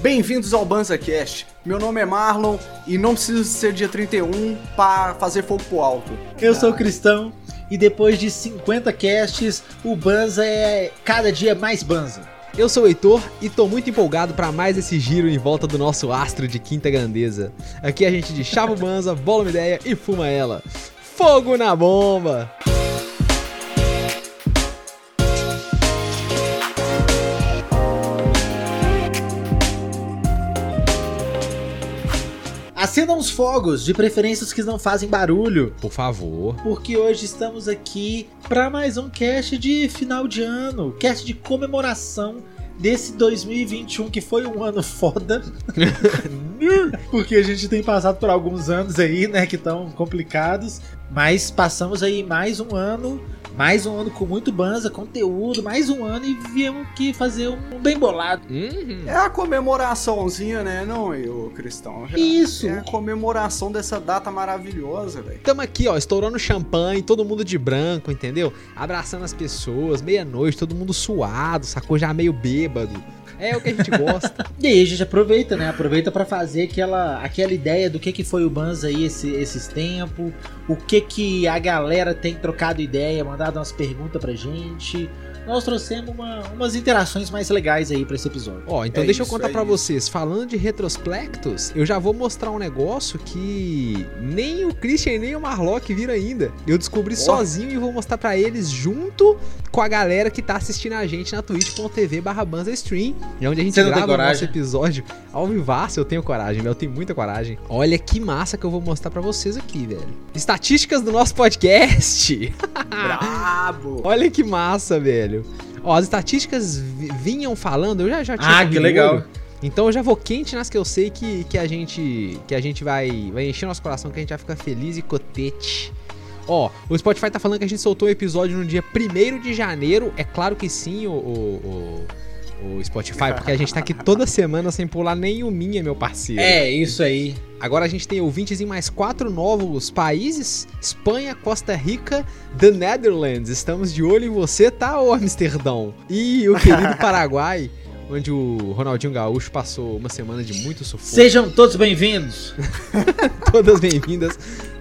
Bem-vindos ao Banza Cast. Meu nome é Marlon e não preciso ser dia 31 para fazer fogo pro alto. Eu sou o Cristão e depois de 50 casts, o Banza é cada dia mais Banza. Eu sou o Heitor e tô muito empolgado pra mais esse giro em volta do nosso astro de quinta grandeza. Aqui é a gente de chapa o banza, bola uma ideia e fuma ela. Fogo na bomba! Acendam os fogos, de preferência os que não fazem barulho, Por favor. porque hoje estamos aqui para mais um cast de final de ano, cast de comemoração desse 2021 que foi um ano foda, porque a gente tem passado por alguns anos aí, né, que estão complicados, mas passamos aí mais um ano, mais um ano com muito banza, conteúdo, mais um ano e viemos aqui fazer um bem bolado. Uhum. É a comemoraçãozinha, né? Não, eu, Cristão. Já- Isso, É a comemoração dessa data maravilhosa, velho. Tamo aqui, ó, estourando champanhe, todo mundo de branco, entendeu? Abraçando as pessoas, meia-noite, todo mundo suado, sacou? Já meio bêbado. É o que a gente gosta. E aí a gente aproveita, né? Aproveita pra fazer aquela, aquela ideia do que, que foi o Banza aí esse- esses tempos, o que que a galera tem trocado ideia, mandado umas perguntas pra gente. Nós trouxemos uma- umas interações mais legais aí pra esse episódio. Ó, então É deixa eu isso, contar é pra isso. vocês. Falando de retrospectos, eu já vou mostrar um negócio que nem o Christian e nem o Marlock viram ainda. Eu descobri Ó. sozinho e vou mostrar pra eles junto com a galera que tá assistindo a gente na twitch.tv barra banzastream, é onde a gente Você não tem grava o nosso coragem? episódio ao vivaço. Eu tenho coragem, velho, eu tenho muita coragem. Olha que massa que eu vou mostrar pra vocês aqui, velho. Estatísticas do nosso podcast. Ah. Brabo! Olha que massa, velho. Ó, as estatísticas vi- vinham falando, eu já, já tinha. Ah, comido que legal. olho. Então eu já vou quente nas que eu sei que, que a gente que a gente vai, vai encher nosso coração, que a gente vai ficar feliz e cotete. Ó, o Spotify tá falando que a gente soltou o episódio no dia 1 de janeiro. É claro que sim, o, o, o- o Spotify, porque a gente tá aqui toda semana sem pular nem o minha, meu parceiro. É, isso aí. Agora a gente tem ouvintes em mais quatro novos países: Espanha, Costa Rica, The Netherlands. Estamos de olho em você, tá, ô Amsterdão? E o querido Paraguai, onde o Ronaldinho Gaúcho passou uma semana de muito sufoco. Sejam todos bem-vindos. Todas bem-vindas.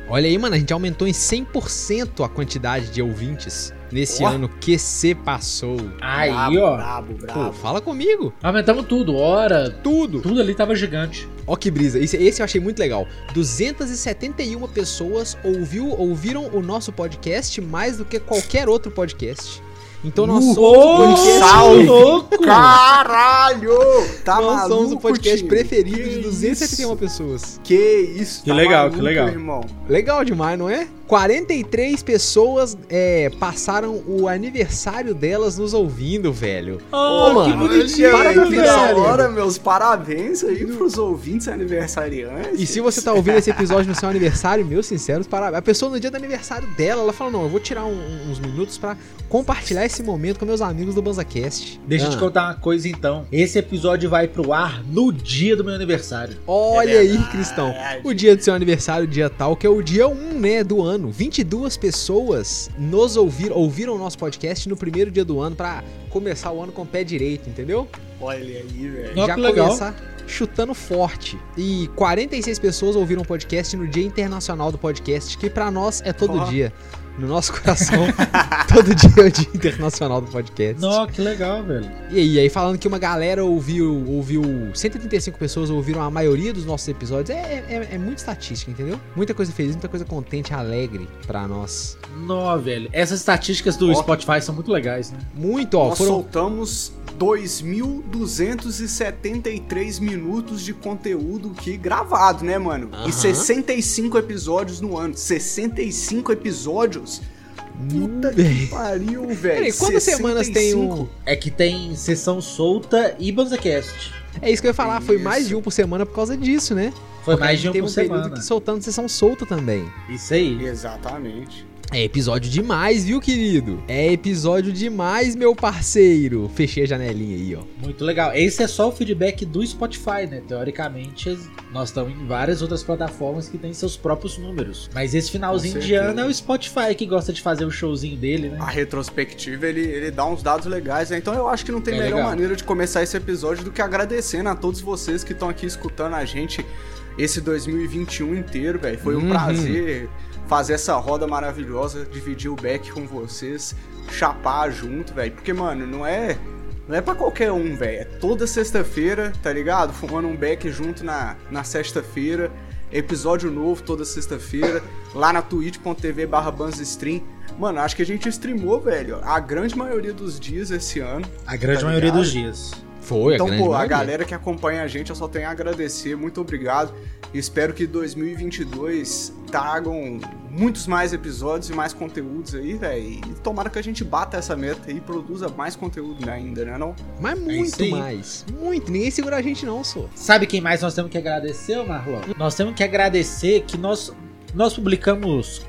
Olha aí, mano, a gente aumentou em 100% a quantidade de ouvintes nesse Ó. ano que se passou. Aí, Ah, brabo, tá. ó. Brabo, Pô, brabo. fala comigo. Aumentamos tudo, hora, Tudo. tudo ali tava gigante. Ó que brisa, esse, esse eu achei muito legal. 271 pessoas ouviu, ouviram o nosso podcast mais do que qualquer outro podcast. Então nós Uhul! somos o podcast, Uh, oh, Salve! louco! Caralho! Tá nós maluco, somos o podcast time? preferido Que de 271 isso? pessoas. Que isso, tá Que legal, que maluco, legal. irmão. Legal demais, não é? 43 pessoas é, passaram o aniversário delas nos ouvindo, velho. Oh, Ô, que mano, bonitinho, Para Parabéns, nessa velho. hora, meus parabéns aí pros ouvintes aniversariantes. E se você tá ouvindo esse episódio no seu aniversário, meus sinceros parabéns. A pessoa no dia do aniversário dela, ela fala: Não, eu vou tirar um- uns minutos pra compartilhar esse momento com meus amigos do BanzaCast. Deixa eu te Ah, contar uma coisa então. Esse episódio vai pro ar no dia do meu aniversário. É Olha aí, Cristão. Caralho. O dia do seu aniversário, o dia tal, que é o dia 1, né, do ano. 22 pessoas nos ouviram, ouviram o nosso podcast no primeiro dia do ano pra começar o ano com o pé direito, entendeu? Olha aí, velho. Ó, já que legal. começar chutando forte. E 46 pessoas ouviram o podcast no Dia Internacional do Podcast, que pra nós é todo Ó. dia. No nosso coração, todo dia é o Dia Internacional do Podcast. Nossa, que legal, velho. E aí, aí falando que uma galera ouviu, ouviu 135 pessoas ouviram a maioria dos nossos episódios. É, é, é- é muita estatística, entendeu? Muita coisa feliz, muita coisa contente, alegre pra nós. Nó, velho. Essas estatísticas do Ó. Spotify são muito legais, né? Muito, ó, Nós foram soltamos 2.273 minutos de conteúdo que gravado, né, mano? Aham. E 65 episódios no ano. 65 episódios? Puta que pariu, velho. Hum, Peraí, quantas semanas tem um? 65? É que tem sessão solta e BanzaCast. É isso que eu ia falar, foi mais Isso. de um por semana por causa disso, né? Foi Porque a mais gente de um teve por período semana. que soltando sessão solta também. Isso aí. Exatamente. É episódio demais, viu, querido? É episódio demais, meu parceiro. Fechei a janelinha aí, ó. Muito legal. Esse é só o feedback do Spotify, né? Teoricamente, as- nós estamos em várias outras plataformas que têm seus próprios números. Mas esse finalzinho Com de certeza. ano é o Spotify que gosta de fazer o showzinho dele, né? A retrospectiva, ele, ele dá uns dados legais, né? Então eu acho que não tem É melhor legal. maneira de começar esse episódio do que agradecendo a todos vocês que estão aqui escutando a gente esse 2021 inteiro, velho. Foi um Uhum. prazer fazer essa roda maravilhosa, dividir o back com vocês, chapar junto, velho. Porque, mano, não é... Não é pra qualquer um, velho. É toda sexta-feira, tá ligado? Fumando um beck junto na, na sexta-feira. Episódio novo toda sexta-feira. lá na twitch.tv barra banzestream. Mano, acho que a gente streamou, velho, a grande maioria dos dias esse ano. A grande Tá maioria ligado? dos dias. Foi, então, a É grande pô, a maioria. galera que acompanha a gente, eu só tenho a agradecer. Muito obrigado. Espero que 2022 tragam muitos mais episódios e mais conteúdos aí, velho. E tomara que a gente bata essa meta e produza mais conteúdo ainda, né não? Mas isso muito aí. mais. Muito. Ninguém segura a gente, não, só. Sabe quem mais nós temos que agradecer, ô Marlon? Nós temos que agradecer que nós, nós publicamos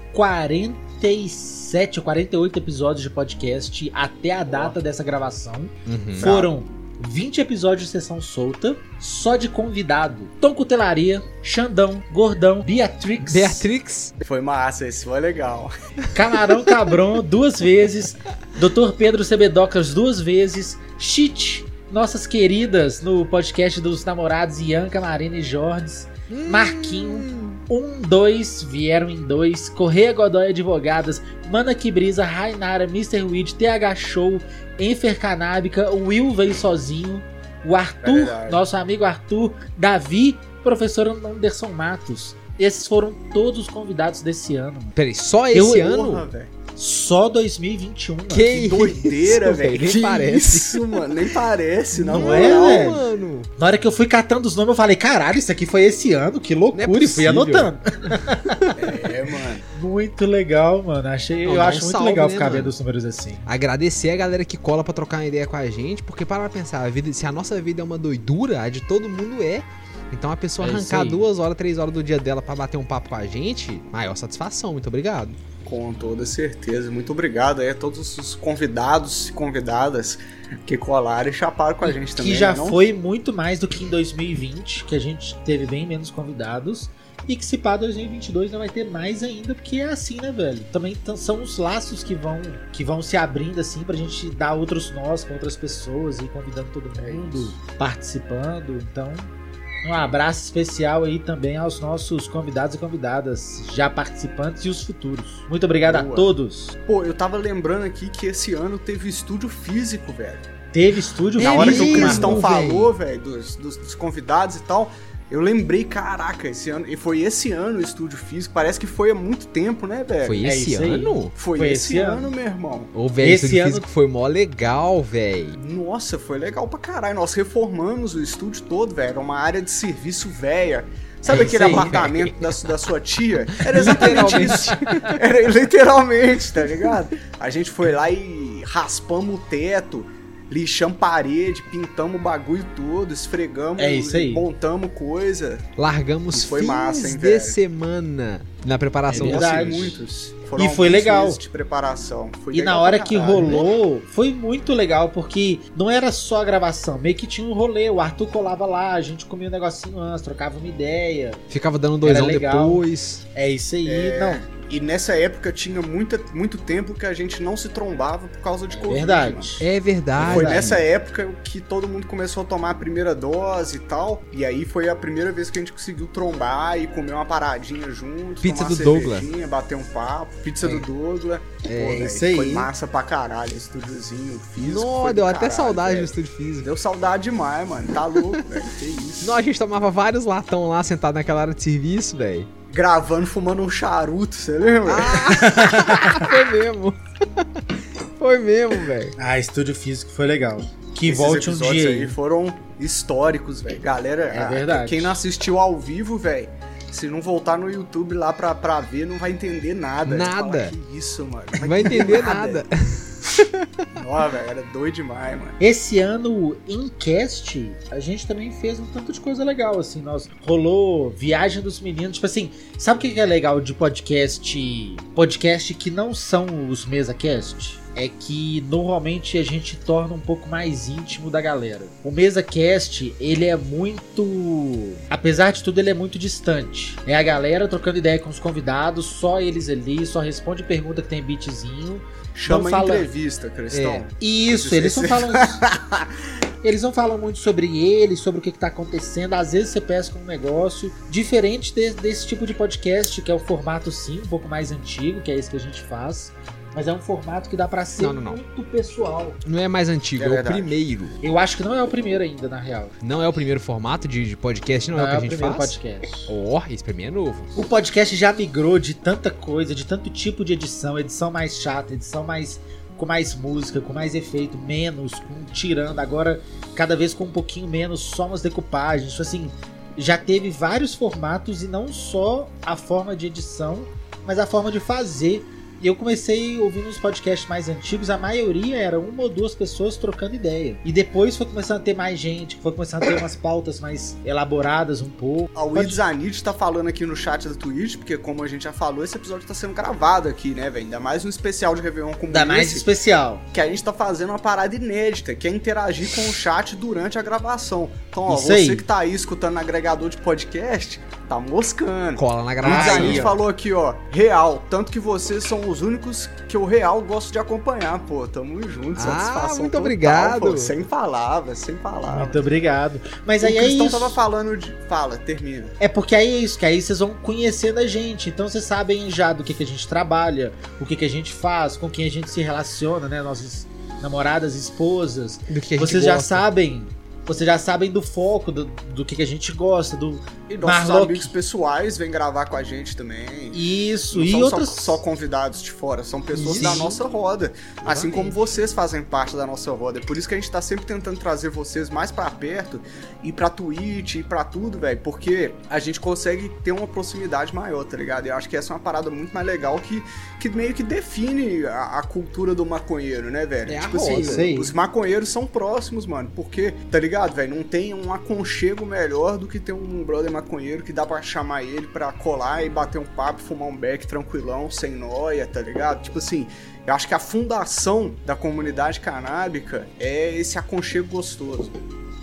47 ou 48 episódios de podcast até a data dessa gravação. Uhum. Foram 20 episódios de sessão solta, só de convidado. Tom Cutelaria, Xandão, Gordão, Beatrix, Beatrix. Foi massa, esse foi legal. Camarão Cabron duas vezes, Dr. Pedro Cebedocas duas vezes, Chit, nossas queridas no podcast dos namorados Ian, Camarina e Jordes. Marquinho. Hum. Um, dois, vieram em dois. Correia Godoy Advogadas, Mana Que Brisa, Rainara, Mr. Weed, TH Show, Enfer Canábica, o Will veio sozinho, o É Arthur, verdade. nosso amigo Arthur, Davi, professor Anderson Matos. Esses foram todos os convidados desse ano. mano. Peraí, só esse Eu- ano? Porra, velho. Só 2021. mano. Que, Que doideira, isso, velho. Nem Que parece. Isso, mano, nem parece, não, Não é, é, né? velho? mano. Na hora que eu fui catando os nomes, eu falei: caralho, isso aqui foi esse ano, que loucura! e fui possível. anotando. É, mano. Muito legal, mano. Achei, Não, eu dá um acho muito salve, legal né, ficar mano? vendo os números assim. Agradecer a galera que cola pra trocar uma ideia com a gente, porque para pra pensar, a vida, se a nossa vida é uma doidura, a de todo mundo é. Então a pessoa É isso arrancar aí. duas horas, três horas do dia dela pra bater um papo com a gente, maior satisfação, muito obrigado. Com toda certeza. Muito obrigado aí a todos os convidados e convidadas que colaram e chaparam com a gente também. que já né, não? foi muito mais do que em 2020, que a gente teve bem menos convidados. E que se pá 2022 não vai ter mais ainda, porque é assim, né, velho? Também t- são os laços que vão que vão se abrindo assim pra gente dar outros nós com outras pessoas e convidando todo É mundo, participando. Então, um abraço especial aí também aos nossos convidados e convidadas, já participantes e os futuros. Muito obrigado a Boa. todos. Pô, eu tava lembrando aqui que esse ano teve estúdio físico, velho. Teve estúdio Na Na hora que o físico, Mesmo, Cristão velho. falou, velho, dos, dos- dos convidados e tal, eu lembrei, caraca, esse ano. E foi esse ano o estúdio físico. Parece que foi há muito tempo, né, velho? Foi é esse isso aí. ano? Foi Foi esse, esse ano, meu irmão. Ô, velho, Esse esse ano- físico foi mó legal, velho. Nossa, foi legal pra caralho. Nós reformamos o estúdio todo, velho. Era uma área de serviço velha. Sabe É isso aquele aí, apartamento da, su- da sua tia? Era exatamente isso. Era literalmente, tá ligado? A gente foi lá e raspamos o teto, lixamos parede, pintamos o bagulho todo, esfregamos, É isso aí. montamos coisa. Largamos E foi fins massa, hein, de velho? semana na preparação É do Nossa, verdade. filme. muitos. Foram E foi alguns legal. meses de preparação. Foi E na legal hora pra que caralho. né? rolou, foi muito legal, porque não era só a gravação, meio que tinha um rolê. O Arthur colava lá, a gente comia um negocinho antes, trocava uma ideia. Ficava dando doisão Era legal. depois. É isso aí, É, não. E nessa época tinha muita, muito tempo que a gente não se trombava por causa de Covid. mano. Verdade. É verdade. Foi nessa época que todo mundo começou a tomar a primeira dose e tal. E aí foi a primeira vez que a gente conseguiu trombar e comer uma paradinha junto. Pizza tomar do uma Douglas. cervejinha, Bater um papo. Pizza É. do Douglas. É, véi, isso aí. Foi massa pra caralho. Estúdiozinho físico. Nossa, foi do deu até caralho, saudade do véi. estúdio físico. Deu saudade demais, mano. Tá louco, velho. Que isso. Nós, a gente tomava vários latão lá sentado naquela área de serviço, velho. Gravando, fumando um charuto, você Ah, lembra? Foi mesmo. Foi mesmo, velho. Ah, estúdio físico foi legal. Que Esses volte um episódios dia aí aí. foram históricos, velho. Galera, É a- verdade. quem não assistiu ao vivo, velho, se não voltar no YouTube lá pra, pra ver, não vai entender nada. Nada. Fala, que isso, mano. Não vai entender nada. Nossa, velho, era doido demais, mano. Esse ano, em cast, a gente também fez um tanto de coisa legal, assim. Nós rolou Viagem dos Meninos. Tipo assim, sabe o que que é legal de podcast? Podcast que não são os mesa cast? É que normalmente a gente torna um pouco mais íntimo da galera. O mesa cast, ele é muito. Apesar de tudo, ele é muito distante. É a galera trocando ideia com os convidados, só eles ali, só responde pergunta que tem beatzinho. Chama fala- É. entrevista, Cristão. Isso, eles não falam. é Eles não falam muito sobre ele, sobre o que, que tá acontecendo. Às vezes você pesca um negócio diferente de- desse tipo de podcast, que é o formato sim, um pouco mais antigo, que é esse que a gente faz. Mas é um formato que dá pra ser Não, não, não. muito pessoal. Não é mais antigo, É é, o verdade. primeiro. Eu acho que não é o primeiro ainda, na real. Não é o primeiro formato de, de podcast, não, é o que a gente primeiro faz. podcast. Ó, esse pra mim é novo. O podcast já migrou de tanta coisa, de tanto tipo de edição, edição mais chata, edição mais com mais música, com mais efeito, menos, com tirando, agora cada vez com um pouquinho menos, só umas decupagens, Tipo assim, já teve vários formatos e não só a forma de edição, mas a forma de fazer. E eu comecei ouvindo os podcasts mais antigos, a maioria era uma ou duas pessoas trocando ideia. E depois foi começando a ter mais gente, foi começando a ter umas pautas mais elaboradas um pouco. A Widzanit tá falando aqui no chat do Twitch, porque como a gente já falou, esse episódio tá sendo gravado aqui, né, velho? Ainda mais um especial de Réveillon como Ainda mais esse, especial. que a gente tá fazendo uma parada inédita, que é interagir com o chat durante a gravação. Então, ó, Isso você aí. que tá aí escutando no agregador de podcast, tá moscando. Cola na O graça. Widzanit aí, ó. falou aqui, ó, real, tanto que vocês são os únicos que eu real gosto de acompanhar, pô, tamo junto, Ah, satisfação muito total, obrigado. pô, sem palavras, sem palavras. Muito obrigado. Mas o aí é Cristão isso. tava falando de... Fala, termina. É porque aí é isso, que aí vocês vão conhecendo a gente. Então vocês sabem já do que, que a gente trabalha, o que, que a gente faz, com quem a gente se relaciona, né? Nossas namoradas, esposas. Do que a gente vocês já gosta. sabem. Vocês já sabem do foco, do, do que, que a gente gosta, do. E nossos Marlock. amigos pessoais vêm gravar com a gente também. Isso, Não e são outras. só, só convidados de fora, são pessoas Sim. da nossa roda. Assim Exatamente. como vocês fazem parte da nossa roda. É Por isso que a gente tá sempre tentando trazer vocês mais pra perto, e pra Twitch, e pra tudo, velho. Porque a gente consegue ter uma proximidade maior, tá ligado? Eu acho que essa é uma parada muito mais legal que, que meio que define a, a cultura do maconheiro, né, velho? É a roda, isso aí. os maconheiros são próximos, mano. Porque, tá ligado, velho? Não tem um aconchego melhor do que ter um brother maconheiro que dá pra chamar ele pra colar e bater um papo, fumar um beck tranquilão, sem noia, tá ligado? Tipo assim, eu acho que a fundação da comunidade canábica é esse aconchego gostoso.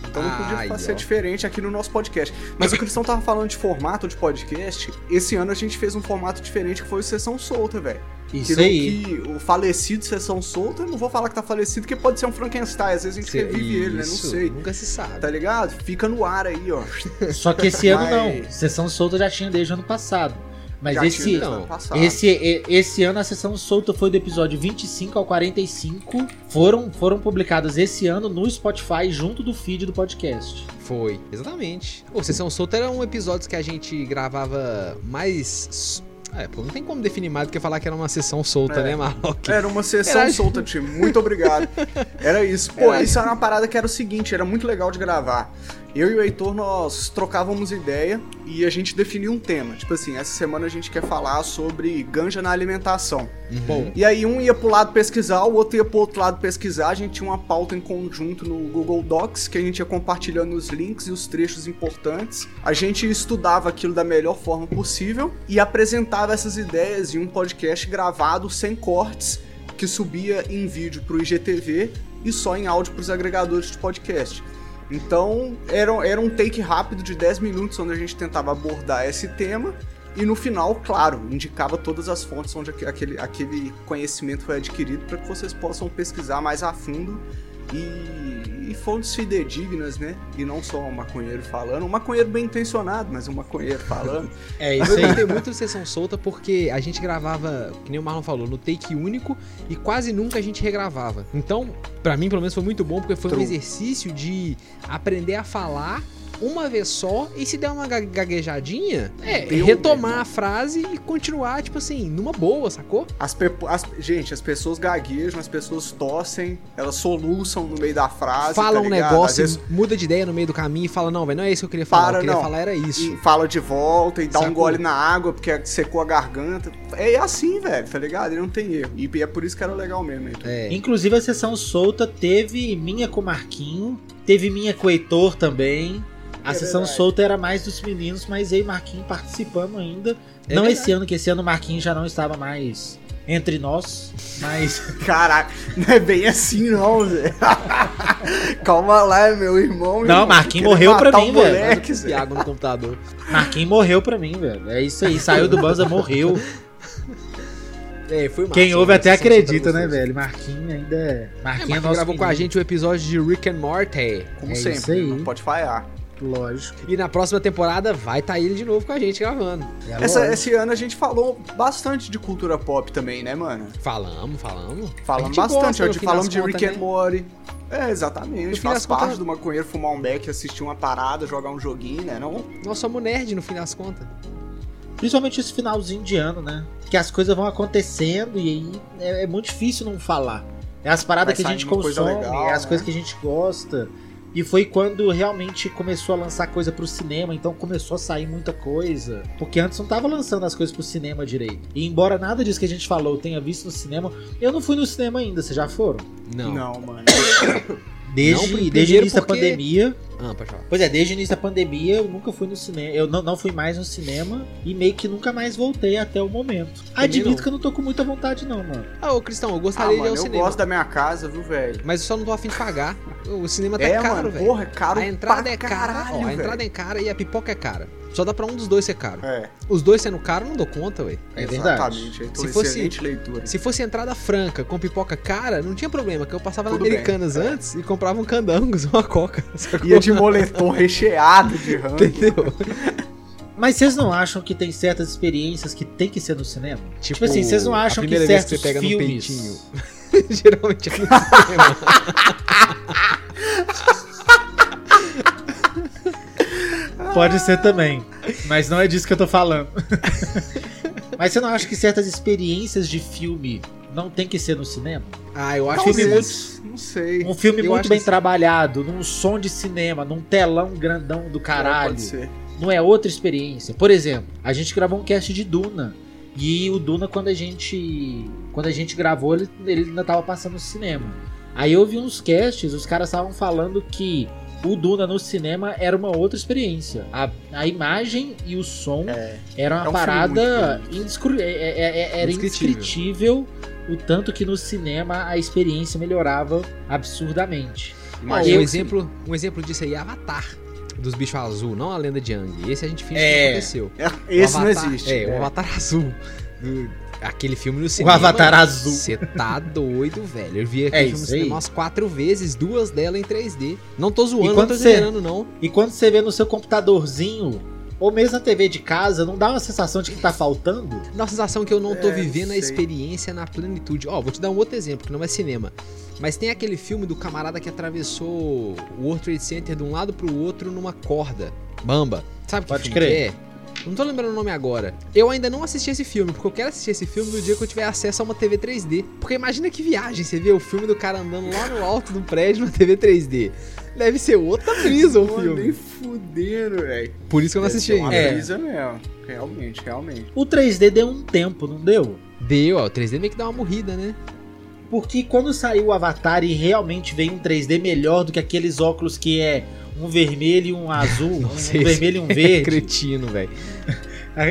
Então não podia Ai, ser ó. diferente aqui no nosso podcast. Mas o Cristão tava falando de formato de podcast. Esse ano a gente fez um formato diferente que foi o Sessão Solta, velho. Isso Tirou aí. que o falecido Sessão Solta, eu não vou falar que tá falecido, porque pode ser um Frankenstein, às vezes a gente Cê- revive ele, né? Não Isso, sei. Nunca se sabe. Tá ligado? Fica no ar aí, ó. Só que esse ano Mas- não. Sessão solta já tinha desde o ano passado. Mas Já esse. tinha desde o não, ano passado. Esse, e- esse ano a sessão solta foi do episódio 25 ao 45. Foram, foram publicadas esse ano no Spotify junto do feed do podcast. Foi, exatamente. O Sessão Solta era um episódio que a gente gravava mais. É, pô, não tem como definir mais do que falar que era uma sessão solta, É. né, Marlock? Era uma sessão Era- solta, time. Muito obrigado. Era isso. Pô, Era- isso era uma parada que era o seguinte, era muito legal de gravar. Eu e o Heitor, nós trocávamos ideia e a gente definiu um tema. Tipo assim, essa semana a gente quer falar sobre ganja na alimentação. Bom, E aí um ia pro lado pesquisar, o outro ia pro outro lado pesquisar. A gente tinha uma pauta em conjunto no Google Docs, que a gente ia compartilhando os links e os trechos importantes. A gente estudava aquilo da melhor forma possível e apresentava essas ideias em um podcast gravado sem cortes, que subia em vídeo pro IGTV e só em áudio pros agregadores de podcast. Então, era, era um take rápido de 10 minutos onde a gente tentava abordar esse tema. E no final, claro, indicava todas as fontes onde aque- aquele, aquele conhecimento foi adquirido para que vocês possam pesquisar mais a fundo e, e fontes fidedignas, né? E não só um maconheiro falando, um maconheiro bem intencionado, mas um maconheiro falando. É eu isso aí. gostei muito do Sessão Solta porque a gente gravava, que nem o Marlon falou, no take único e quase nunca a gente regravava. Então, pra mim, pelo menos, foi muito bom porque foi um True. exercício de aprender a falar uma vez só e se der uma ga- gaguejadinha, é, Deu, retomar né? a frase e continuar, tipo assim, numa boa, sacou? As pe- as- gente, as pessoas gaguejam, as pessoas tossem, elas soluçam no meio da frase. fala tá um ligado? Às negócio, vezes muda de ideia no meio do caminho e fala, não, velho, não é isso que eu queria falar, Para, eu queria não. falar era isso. e fala de volta e dá um Sacou? gole na água porque secou a garganta. É assim, velho, tá ligado? Ele não tem erro. E é por isso que era legal mesmo. Então. É. Inclusive a sessão solta teve minha com o Marquinho, teve minha com o Heitor também. A É sessão verdade. solta era mais dos meninos, mas eu e Marquinho participamos ainda. É não verdade. esse ano, que esse ano o Marquinho já não estava mais entre nós, mas Caraca, não é bem assim não, velho. Calma lá, meu irmão. Não, irmão, Marquinhos tô querendo morreu pra matar mim, o velho. moleque, Zé. Piago no computador. Marquinho morreu pra mim, velho. É isso aí, saiu do Banza, morreu. É, foi massa, Quem né? ouve até Essa sessão acredita, pra né, vocês. velho? Marquinho ainda é. É, Marquinho é, mas nosso. gravou com a menino. gente o episódio de Rick and Morty. Como É isso sempre, aí. não pode falhar. Lógico. E na próxima temporada vai tá ele de novo com a gente gravando. É Essa- lógico. esse ano a gente falou bastante de cultura pop também, né, mano? Falamos, falamos. A Falamos gente gosta, bastante, no ó, de- fim falamos das de contas, Rick and né? Morty. É, exatamente. fim das Faz parte contas- do maconheiro fumar um beck, assistir uma parada, jogar um joguinho, né? Não? Nós somos nerd no fim das contas. Principalmente esse finalzinho de ano, né? Que as coisas vão acontecendo e aí é, é muito difícil não falar. É as paradas Vai que a gente saindo coisa consome, legal, é as né? coisas que a gente gosta. E foi quando realmente começou a lançar coisa pro cinema, então começou a sair muita coisa. Porque antes não tava lançando as coisas pro cinema direito. E embora nada disso que a gente falou tenha visto no cinema, eu não fui no cinema ainda, vocês já foram? Não. mano. Ah, Desde, desde o pri- primeiro início da porque- pandemia. Ah, pode falar. Pois é, desde o início da pandemia eu nunca fui no cinema. Eu não, não fui mais no cinema e meio que nunca mais voltei até o momento. Admito não. que eu não tô com muita vontade, não, mano. Ah, ô Cristão, eu Ah, gostaria de mano, ir ao eu cinema. gosto da minha casa, viu, velho? Mas eu só não tô afim de pagar. O cinema tá É, caro, mano, velho. porra, é caro A entrada pra é cara, caralho, ó, a velho. entrada é cara e a pipoca é cara. Só dá pra um dos dois ser caro. É, Os dois sendo caro, não dou conta, ué. É verdade. exatamente. Então, Se fosse- excelente leitura. Se fosse entrada franca com pipoca cara, não tinha problema, que eu passava Tudo na Americanas bem, é. antes e comprava um candangos, uma coca. sacou? Ia de moletom recheado de rango. Entendeu? Mas vocês não acham que tem certas experiências que tem que ser no cinema? Tipo, Tipo, assim, vocês não a acham que primeira vez que certos você pega no filmes... Geralmente é no cinema. Pode ser também, mas não é disso que eu tô falando. mas você não acha que certas experiências de filme não tem que ser no cinema? Ah, eu acho Talvez, é que muito. Não sei. Um filme Eu muito acho bem que- trabalhado, num som de cinema, num telão grandão do caralho, Pode ser. não é outra experiência. Por exemplo, a gente gravou um cast de Duna. E o Duna, quando a gente. Quando a gente gravou, ele, ele ainda tava passando no cinema. Aí eu vi uns casts, os caras estavam falando que o Duna no cinema era uma outra experiência. A, a imagem e o som É. era É uma um filme parada muito indescru... é- é- é- era Indescritível. indescritível o tanto que no cinema a experiência melhorava absurdamente. Ó, Imagina um, eu- exemplo, um exemplo disso aí é Avatar. Dos bichos azul, não a lenda de Yang. Esse a gente finge que É. não aconteceu. É, Esse O não Avatar- existe. É, o né? Avatar azul. Do- Aquele filme no cinema. azul. Você tá doido, velho. Eu vi É aquele filme no isso aí. cinema umas quatro vezes, duas delas em 3D. Não tô zoando, não quando tô você- exagerando, não. E quando você vê no seu computadorzinho, ou mesmo na TV de casa, não dá uma sensação de que tá faltando? Dá uma sensação que eu não tô É, vivendo a sei. experiência na plenitude. Ó, vou te dar um outro exemplo, que não é cinema. Mas tem aquele filme do camarada que atravessou o World Trade Center de um lado pro outro numa corda. Bamba. Sabe que Pode filme crer. que é? Não tô lembrando o nome agora. Eu ainda não assisti esse filme, porque eu quero assistir esse filme no dia que eu tiver acesso a uma TV 3D. Porque imagina que viagem, você vê o filme do cara andando lá no alto do prédio numa TV 3D. Deve ser outra brisa o Pô, filme. Nem fudendo, velho. Por isso que eu não Deve assisti ser Uma ainda. É. brisa mesmo. Realmente, realmente. O 3D deu um tempo, não deu? Deu, ó. O 3D meio que dá uma morrida, né? Porque quando saiu o Avatar e realmente veio um 3D melhor do que aqueles óculos que é um vermelho e um azul, um Nossa, esse vermelho e um É verde. cretino, velho.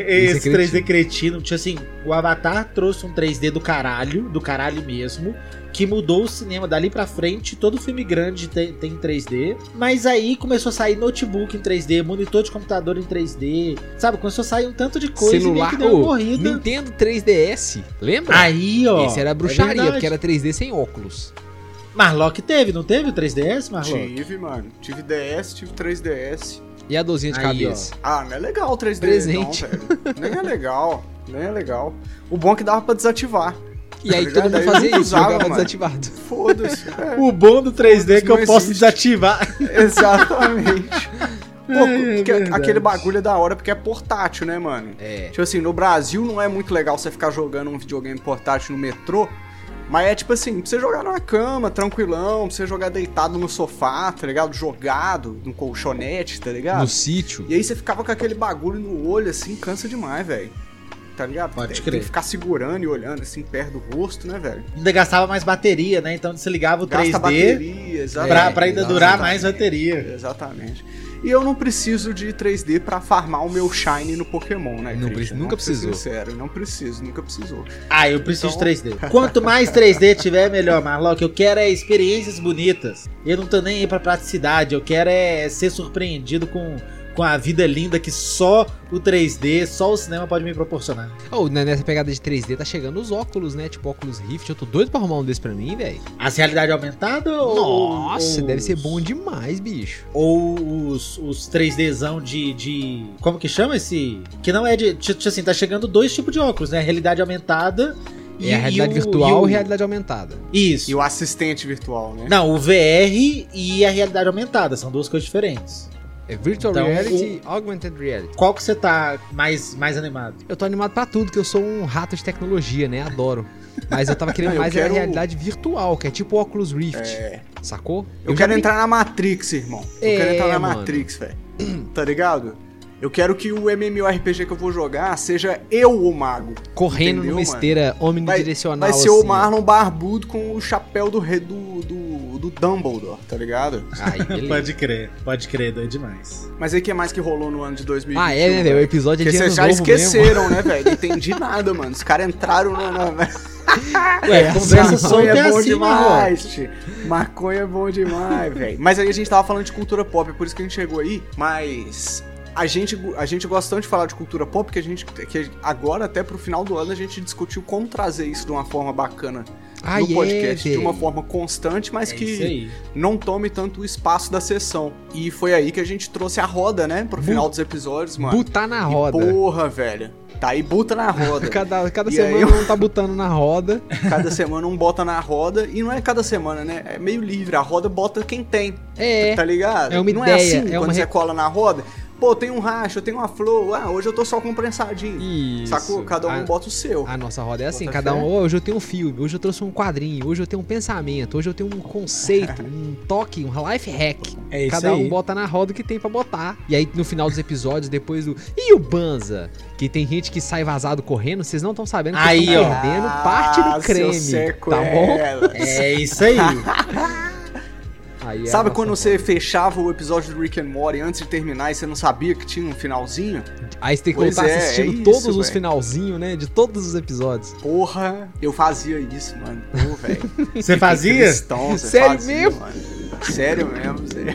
Esse Isso é 3D cretino, tipo assim, o Avatar trouxe um 3D do caralho, do caralho mesmo, que mudou o cinema dali pra frente, todo filme grande tem, tem 3D, mas aí começou a sair notebook em 3D, monitor de computador em 3D, sabe, começou a sair um tanto de coisa e meio celular que deu uma ô, corrida. Nintendo 3DS, lembra? Aí, ó. Esse era é bruxaria, verdade. porque era 3D sem óculos. Marlock teve, não teve o 3DS, Marlock? Tive, mano. Tive DS, tive 3DS. E a dozinha de Aí, cabeça. Ah, não é legal o 3DS Presente. não, velho. Nem é legal. Nem é legal. O bom é que dava pra desativar. E aí Tá ligado? todo mundo Aí eu fazia nunca isso, jogava usava, mano. desativado. Foda-se. O bom do 3D é que Não eu posso existe. desativar. É, exatamente. Pô, É, é porque verdade. aquele bagulho é da hora porque é portátil, né, mano? É. Tipo assim, no Brasil não é muito legal você ficar jogando um videogame portátil no metrô, mas é tipo assim, pra você jogar numa cama, tranquilão, pra você jogar deitado no sofá, tá ligado? Jogado, no colchonete, tá Ah. ligado? No sítio. E aí você ficava com aquele bagulho no olho, assim, cansa demais, velho. Tá ligado? Pode Tem- crer. Tem que ficar segurando e olhando, assim, perto do rosto, né, velho? Ainda gastava mais bateria, né? Então desligava o 3D bateria, É, tá pra, pra ainda Gasta durar bateria. mais bateria. Exatamente. E eu não preciso de 3D pra farmar o meu Shine no Pokémon, né, Christian? Não preci- nunca Vamos ser precisou. Sincero, não preciso, nunca precisou. Ah, eu preciso Então- de 3D. Quanto mais 3D tiver, melhor, Marlon. O que eu quero é experiências bonitas. Eu não tô nem aí pra praticidade. Eu quero é ser surpreendido com, com a vida linda que só o 3D, só o cinema pode me proporcionar. Ou né, nessa pegada de 3D tá chegando os óculos, né? Tipo óculos Rift. Eu tô doido pra arrumar um desse pra mim, velho. As realidade aumentada ou. Nossa, ou deve os- ser bom demais, bicho. Ou os, os 3Dzão de, de. Como que chama esse? Que não é de. ti- ti- Assim, tá chegando dois tipos de óculos, né? Realidade aumentada É a realidade o- virtual o- e, realidade aumentada. Isso. E o assistente virtual, né? Não, o VR e a realidade aumentada. São duas coisas diferentes. É virtual Então, reality e augmented reality. Qual que você tá mais, mais animado? Eu tô animado pra tudo, que eu sou um rato de tecnologia, né? Adoro. Mas eu tava Ah, querendo eu mais era a quero- realidade virtual, que é tipo óculos Rift. É. Sacou? É, Eu, já quero brin- entrar na Matrix, irmão. Eu É, quero entrar na mano. Matrix, velho. Tá ligado? Eu quero que o MMORPG que eu vou jogar seja eu o mago. correndo Entendeu, numa mano? esteira omnidirecional. Vai ser assim. o Marlon barbudo com o chapéu do rei do, do, do Dumbledore, tá ligado? Aí, beleza. crer, pode crer, doido demais. Mas aí o que mais que rolou no ano de 2021? Ah, é, né, velho? O episódio é Porque de ano vocês já novo mesmo. esqueceram, né, velho? Não entendi nada, mano. Os caras entraram na. na- na- Ué, conversa assim, solta é bom assim, Marlon. demais, tio. Maconha é bom demais, velho. Mas aí a gente tava falando de cultura pop, é por isso que a gente chegou aí. Mas a gente, a gente gosta tanto de falar de cultura pop que a gente. Que agora, até pro final do ano, a gente discutiu como trazer isso de uma forma bacana Ah, no é, podcast. de velho. uma forma constante, mas É isso que aí. não tome tanto o espaço da sessão. E foi aí que a gente trouxe a roda, né? Pro Bu- final dos episódios, mano. Butar na E roda. Porra, velho. Tá aí, buta na roda. Cada, cada E semana aí eu- um tá botando na roda. cada semana um bota na roda. E não é cada semana, né? É meio livre. A roda bota quem tem, É. tá ligado? É uma não ideia, é assim é quando uma você re- cola na roda. Pô, tem um racha, eu tenho uma flor. Ah, hoje eu tô só com um prensadinho. Isso. Ah. Sacou? Cada um a, bota o seu. A nossa roda é assim, Bota cada fé. um. "Oh, hoje eu tenho um filme, hoje eu trouxe um quadrinho, hoje eu tenho um pensamento, hoje eu tenho um conceito, um toque, um life hack. É isso Cada aí. um bota na roda o que tem pra botar. E aí no final dos episódios, depois do. E o Banza? Que tem gente que sai vazado correndo, vocês não estão sabendo que Aí, estão ó. perdendo parte do Ah, seu creme. seco Tá bom? ela. É isso aí. Aí é a Sabe nossa quando roda. você fechava o episódio do Rick and Morty antes de terminar e você não sabia que tinha um finalzinho? Aí você tem que Pois voltar é, assistindo é isso, todos os velho. finalzinhos, né? De todos os episódios. Porra, eu fazia isso, mano. Pô, velho. Você fazia? Cristão, você Sério fazia, mesmo? mano. Sério mesmo, sério.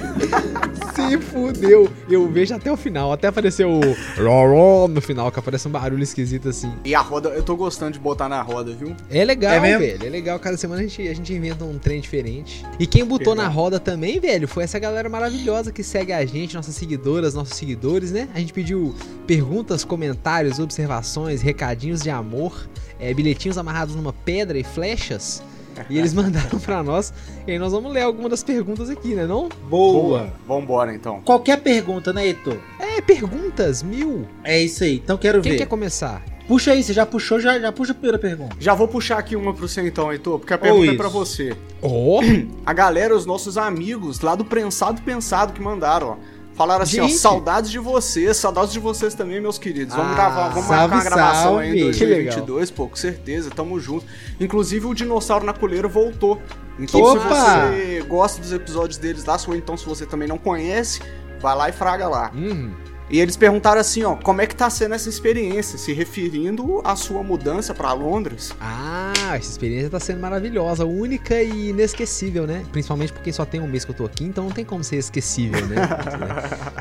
Se fudeu. Eu vejo até o final. Até apareceu o. Roró no final, que aparece um barulho esquisito assim. E a roda, eu tô gostando de botar na roda, viu? É legal, É mesmo? velho. É legal. Cada semana a gente, a gente inventa um trem diferente. E quem botou Legal. na roda também, velho, foi essa galera maravilhosa que segue a gente, nossas seguidoras, nossos seguidores, né? A gente pediu perguntas, comentários, observações, recadinhos de amor, é, bilhetinhos amarrados numa pedra e flechas. E eles mandaram pra nós. E aí nós vamos ler algumas das perguntas aqui, né? Não? Boa. Vambora, então. Qualquer pergunta, né, Heitor? É, perguntas, mil. É isso aí. Então quero Quem ver. quer começar? Puxa aí, você já puxou, já, já puxa a primeira pergunta. Já vou puxar aqui uma pro você então, Heitor, porque a pergunta é isso. pra você. Ó, A galera, os nossos amigos lá do Prensado Pensado que mandaram, ó. Falaram assim, ó, Gente. saudades de vocês, saudades de vocês também, meus queridos. Vamos Ah, gravar, vamos marcar uma salve, gravação aí em salve. Que legal. 2022, pô, com certeza, tamo junto. Inclusive, o Dinossauro na Coleira voltou. Então, Opa! se você gosta dos episódios deles lá, ou então se você também não conhece, vai lá e fraga lá. hum, E eles perguntaram assim, ó, como é que tá sendo essa experiência, se referindo à sua mudança pra Londres. Ah, essa experiência tá sendo maravilhosa, única e inesquecível, né? Principalmente porque só tem um mês que eu tô aqui, então não tem como ser esquecível, né?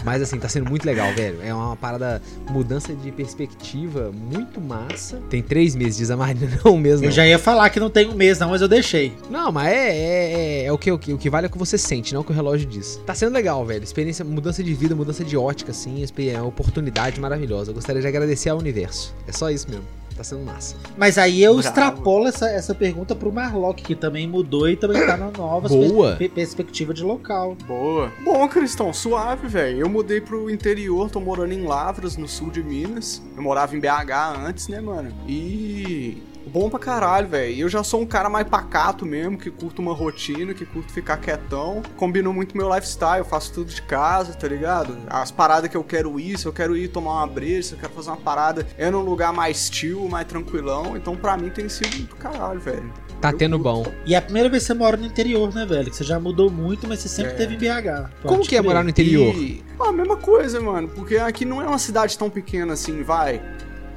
Mas assim, tá sendo muito legal, velho. É uma parada, mudança de perspectiva muito massa. Tem três meses, diz a Marina, não mesmo. Eu já ia falar que não tem um mês, não, mas eu deixei. Não, mas é, é- é- é o, que, o que- o que vale é o que você sente, não o que o relógio diz. Tá sendo legal, velho. Experiência, mudança de vida, mudança de ótica, assim, é uma oportunidade maravilhosa. Eu gostaria de agradecer ao universo. É só isso mesmo. Tá sendo massa. Mas aí eu Bravo. extrapolo essa, essa pergunta pro Marlock, que também mudou e também tá na nova Boa. perspectiva de local. Boa. Bom, Cristão, suave, velho. Eu mudei pro interior, tô morando em Lavras, no sul de Minas. Eu morava em BH antes, né, mano? E. Bom pra caralho, velho. Eu já sou um cara mais pacato mesmo, que curto uma rotina, que curto ficar quietão. Combinou muito meu lifestyle, eu faço tudo de casa, tá ligado? As paradas que eu quero ir, se eu quero ir tomar uma breja, se eu quero fazer uma parada, é num lugar mais chill, mais tranquilão. Então pra mim tem sido do caralho, velho. Tá Eu tendo curto. bom. E é a primeira vez que você mora no interior, né, velho? Que você já mudou muito, mas você sempre É. teve em BH. Como Pode que é crer. morar no interior? E... Ah, a mesma coisa, mano. Porque aqui não é uma cidade tão pequena assim, vai.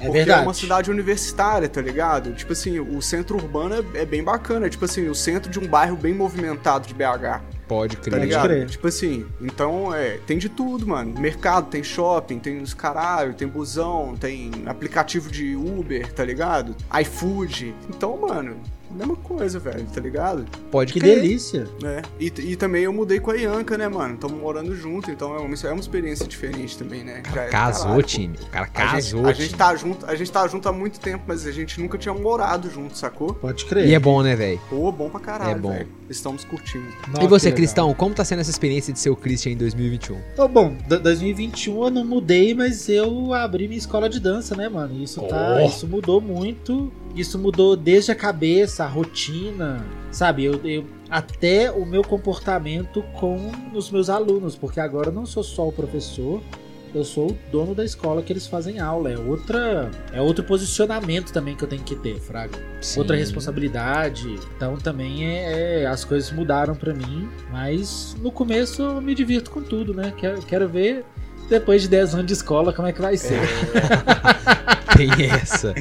É Porque verdade. é uma cidade universitária, tá ligado? Tipo assim, o centro urbano é, é bem bacana. É tipo assim, o centro de um bairro bem movimentado de BH, Pode tá crer. né? ligado? crer. Tipo assim, então é, tem de tudo, mano. Mercado, tem shopping, tem os caralho, tem busão, tem aplicativo de Uber, tá ligado? iFood. Então, mano, mesma coisa, velho, tá ligado? Pode Que crer. delícia. É, e, e também eu mudei com a Ianca, né, mano? Estamos morando junto, então é uma, isso é uma experiência diferente também, né? Já é do Casou, caralho, pô. time. O A cara gente- casou, a gente, time. tá junto, a gente tá junto há muito tempo, mas a gente nunca tinha morado junto, sacou? Pode E é crer. bom, né, velho? Pô, bom pra caralho, É bom. velho. Estamos curtindo. Nossa, E você, que legal. Cristão, como tá sendo essa experiência de ser o Christian em 2021? Ô, Então, bom, do- 2021 eu não mudei, mas eu abri minha escola de dança, né, mano? E Isso tá, Oh. isso mudou muito. Isso mudou desde a cabeça, a rotina, sabe? Eu, eu- até o meu comportamento com os meus alunos, porque agora eu não sou só o professor, eu sou o dono da escola que eles fazem aula. É outra, é outro posicionamento também que eu tenho que ter, fraga outra responsabilidade. Então também é, é- as coisas mudaram pra mim, mas no começo eu me divirto com tudo, né? Quero, quero ver depois de 10 anos de escola como é que vai ser. Tem essa.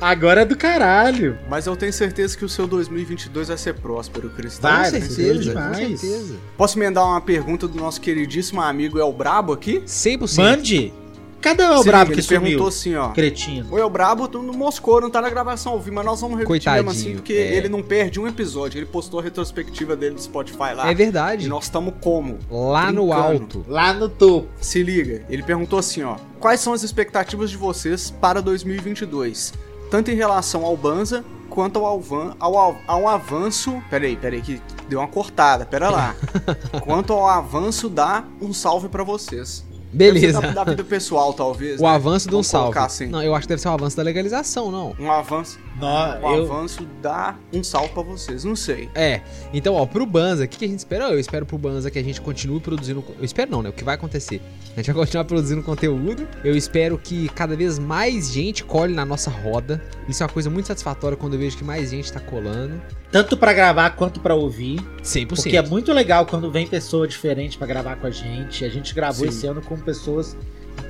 Agora é do caralho. Mas eu tenho certeza que o seu 2022 vai ser próspero, Cristão. Vai, Com vai certeza. ser demais. com certeza. Posso emendar uma pergunta do nosso queridíssimo amigo El Brabo aqui? 100%. Mande! Cadê É Se o liga, brabo que ele sumiu? perguntou assim, ó. Cretino. O El Brabo não moscou, não tá na gravação ao vivo, mas nós vamos repetir Coitadinho, mesmo assim, porque é. ele não perde um episódio. Ele postou a retrospectiva dele no Spotify lá. É e verdade. nós estamos como? Lá no Brincando. alto. Lá no topo. Se liga, ele perguntou assim, ó. Quais são as expectativas de vocês para 2022? Tanto em relação ao Banza, quanto ao, alvan, ao, av- ao avanço... Peraí, peraí, que deu uma cortada, pera lá. quanto ao avanço dá um salve pra vocês. Deve ser Beleza. Da, da vida pessoal, talvez, O né? avanço de um Vamos colocar salve. assim. Não, eu acho que deve ser o avanço da legalização, não. Um avanço, Nó, um Ah, eu, avanço dá um salve pra vocês, não sei. É, então, ó, pro Banza, o que, que a gente espera? Eu espero pro Banza que a gente continue produzindo. Eu espero não, né? O que vai acontecer? A gente vai continuar produzindo conteúdo. Eu espero que cada vez mais gente colhe na nossa roda. Isso é uma coisa muito satisfatória quando eu vejo que mais gente tá colando. tanto pra gravar quanto pra ouvir. 100%. Porque é muito legal quando vem pessoa diferente pra gravar com a gente. A gente gravou Sim. esse ano com pessoas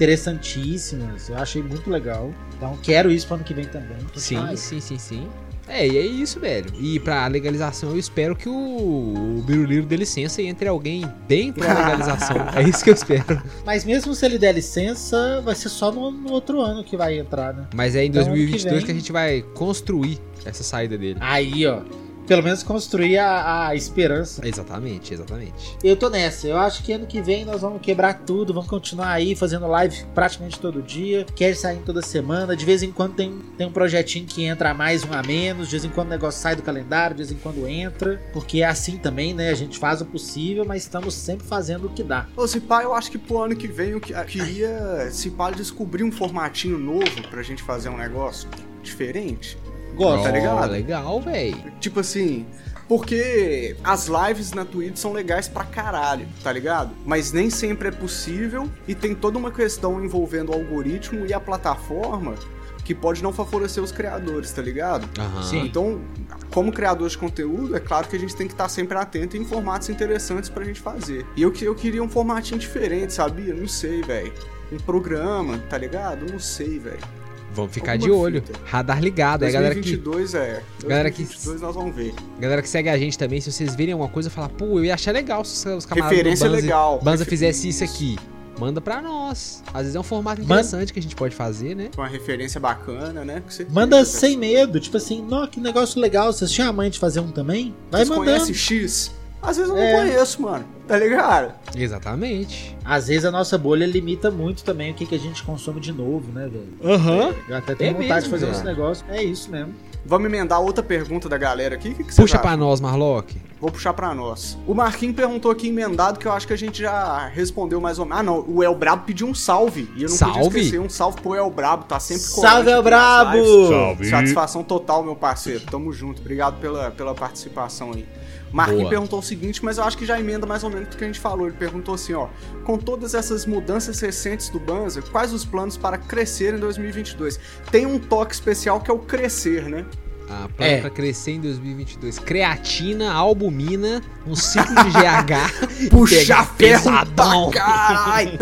interessantíssimas. Eu achei muito legal. Então quero isso pro ano que vem também. Porque, Sim, ai, sim, sim, sim. É, e é isso, velho. E pra legalização, eu espero que o, o Biruliro dê licença e entre alguém bem pra legalização. é isso que eu espero. Mas mesmo se ele der licença, vai ser só no, no outro ano que vai entrar, né? Mas é em Então, ano que 2022 que, vem- a gente vai construir essa saída dele. Aí, ó. Pelo menos construir a, a esperança. Exatamente, exatamente. Eu tô nessa. Eu acho que ano que vem nós vamos quebrar tudo. Vamos continuar aí fazendo live praticamente todo dia. Quer sair toda semana. De vez em quando tem, tem um projetinho que entra a mais, um a menos. De vez em quando o negócio sai do calendário. De vez em quando entra. Porque é assim também, né? A gente faz o possível, mas estamos sempre fazendo o que dá. Ô, se pá, eu acho que pro ano que vem eu que- eu queria, se pá, descobrir um formatinho novo pra gente fazer um negócio diferente. Gosto. tá Ó, ligado? Legal, velho. Tipo assim, porque as lives na Twitch são legais pra caralho, tá ligado? Mas nem sempre é possível e tem toda uma questão envolvendo o algoritmo e a plataforma que pode não favorecer os criadores, tá ligado? Aham. Sim. Então, como criador de conteúdo, é claro que a gente tem que estar sempre atento em formatos interessantes pra gente fazer. E eu, que- eu queria um formatinho diferente, sabia? Não sei, velho. Um programa, tá ligado? Não sei, velho. Vamos ficar de Alguma assim, olho. então? fita. Radar ligado. É, galera que, 2022 é. galera que- 2022 nós vamos ver. galera que segue a gente também, se vocês virem alguma coisa, falar, pô, eu ia achar legal se os- os camaradas Referência do Tá Banza, legal. Banza Refe- fizesse isso aqui. Manda pra nós. Às vezes é um formato Manda- interessante que a gente pode fazer, né? Com uma referência bacana, né? Com certeza. Manda sem medo, tipo assim, nó, que negócio legal, vocês tinham a mãe de fazer um também? Vai Vocês mandando. conhecem X? Às vezes eu É. não conheço, mano. Tá ligado? Exatamente. Às vezes a nossa bolha limita muito também o que, que a gente consome de novo, né, velho? Aham. Eu até tenho É vontade mesmo, de fazer cara. esse negócio. É isso mesmo. Vamos emendar outra pergunta da galera aqui. O que, que você Puxa pra nós, Marlock. Vou puxar pra nós. O Marquinhos perguntou aqui emendado que eu acho que a gente já respondeu mais ou menos. Ah, não. O El Brabo pediu um salve. E eu não Salve? podia esquecer. Um salve pro El Brabo. Tá sempre colante Salve, El aqui nas Brabo! lives. Salve. Satisfação total, meu parceiro. Tamo junto. Obrigado pela, pela participação aí. Marquinhos Boa. perguntou o seguinte, mas eu acho que já emenda mais ou menos o que a gente falou. Ele perguntou assim, ó. Com todas essas mudanças recentes do Banza, quais os planos para crescer em 2022? Tem um toque especial que é o crescer, né? A planta É. pra crescer em 2022. Creatina, albumina, um ciclo de GH. Pega pesadão. pra Caralho!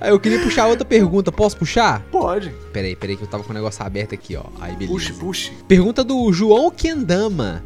Ah, eu queria puxar outra pergunta. Posso puxar? Pode. Peraí, peraí, que eu tava com o negócio aberto aqui, ó. Aí, beleza. Puxe, puxe. Pergunta do João Kendama.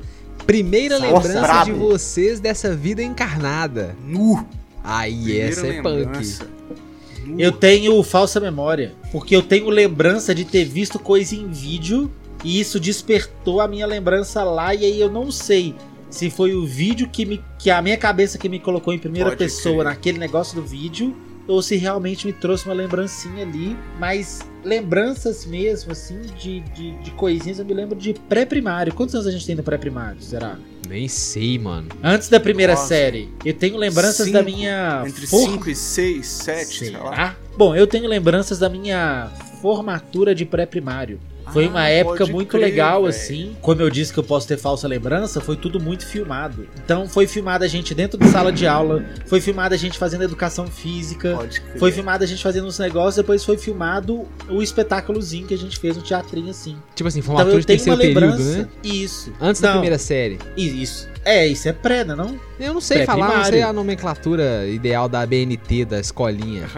Primeira Nossa, lembrança brabo. de vocês dessa vida encarnada. Nu. Aí, Primeira essa é lembrança. punk. Nu. Eu tenho falsa memória, porque eu tenho lembrança de ter visto coisa em vídeo e isso despertou a minha lembrança lá e aí eu não sei se foi o vídeo que me que a minha cabeça que me colocou em primeira Pode pessoa crer. naquele negócio do vídeo ou se realmente me trouxe uma lembrancinha ali, mas lembranças mesmo assim de, de, de coisinhas eu me lembro de pré-primário. Quantos anos a gente tem no pré-primário, será? Nem sei, mano. Antes da primeira Nossa. série. Eu tenho lembranças da Cinco. minha Entre forma- 5 e 6, 7, sei lá. Será? Bom, eu tenho lembranças da minha formatura de pré-primário. Foi Ah, uma época pode muito crer, legal, velho. assim. Como eu disse que eu posso ter falsa lembrança, foi tudo muito filmado. Então foi filmada a gente dentro de sala de aula, foi filmada a gente fazendo educação física, Pode crer. foi filmada a gente fazendo uns negócios, depois foi filmado o espetáculozinho que a gente fez, um teatrinho assim. Tipo assim, Então formatura eu de tenho uma terceiro período, lembrança. né? Isso. Antes da Não, primeira série. Isso. É, isso é pré, né, não? Eu não sei falar, não Pré-primário. sei a nomenclatura ideal da BNT, da escolinha.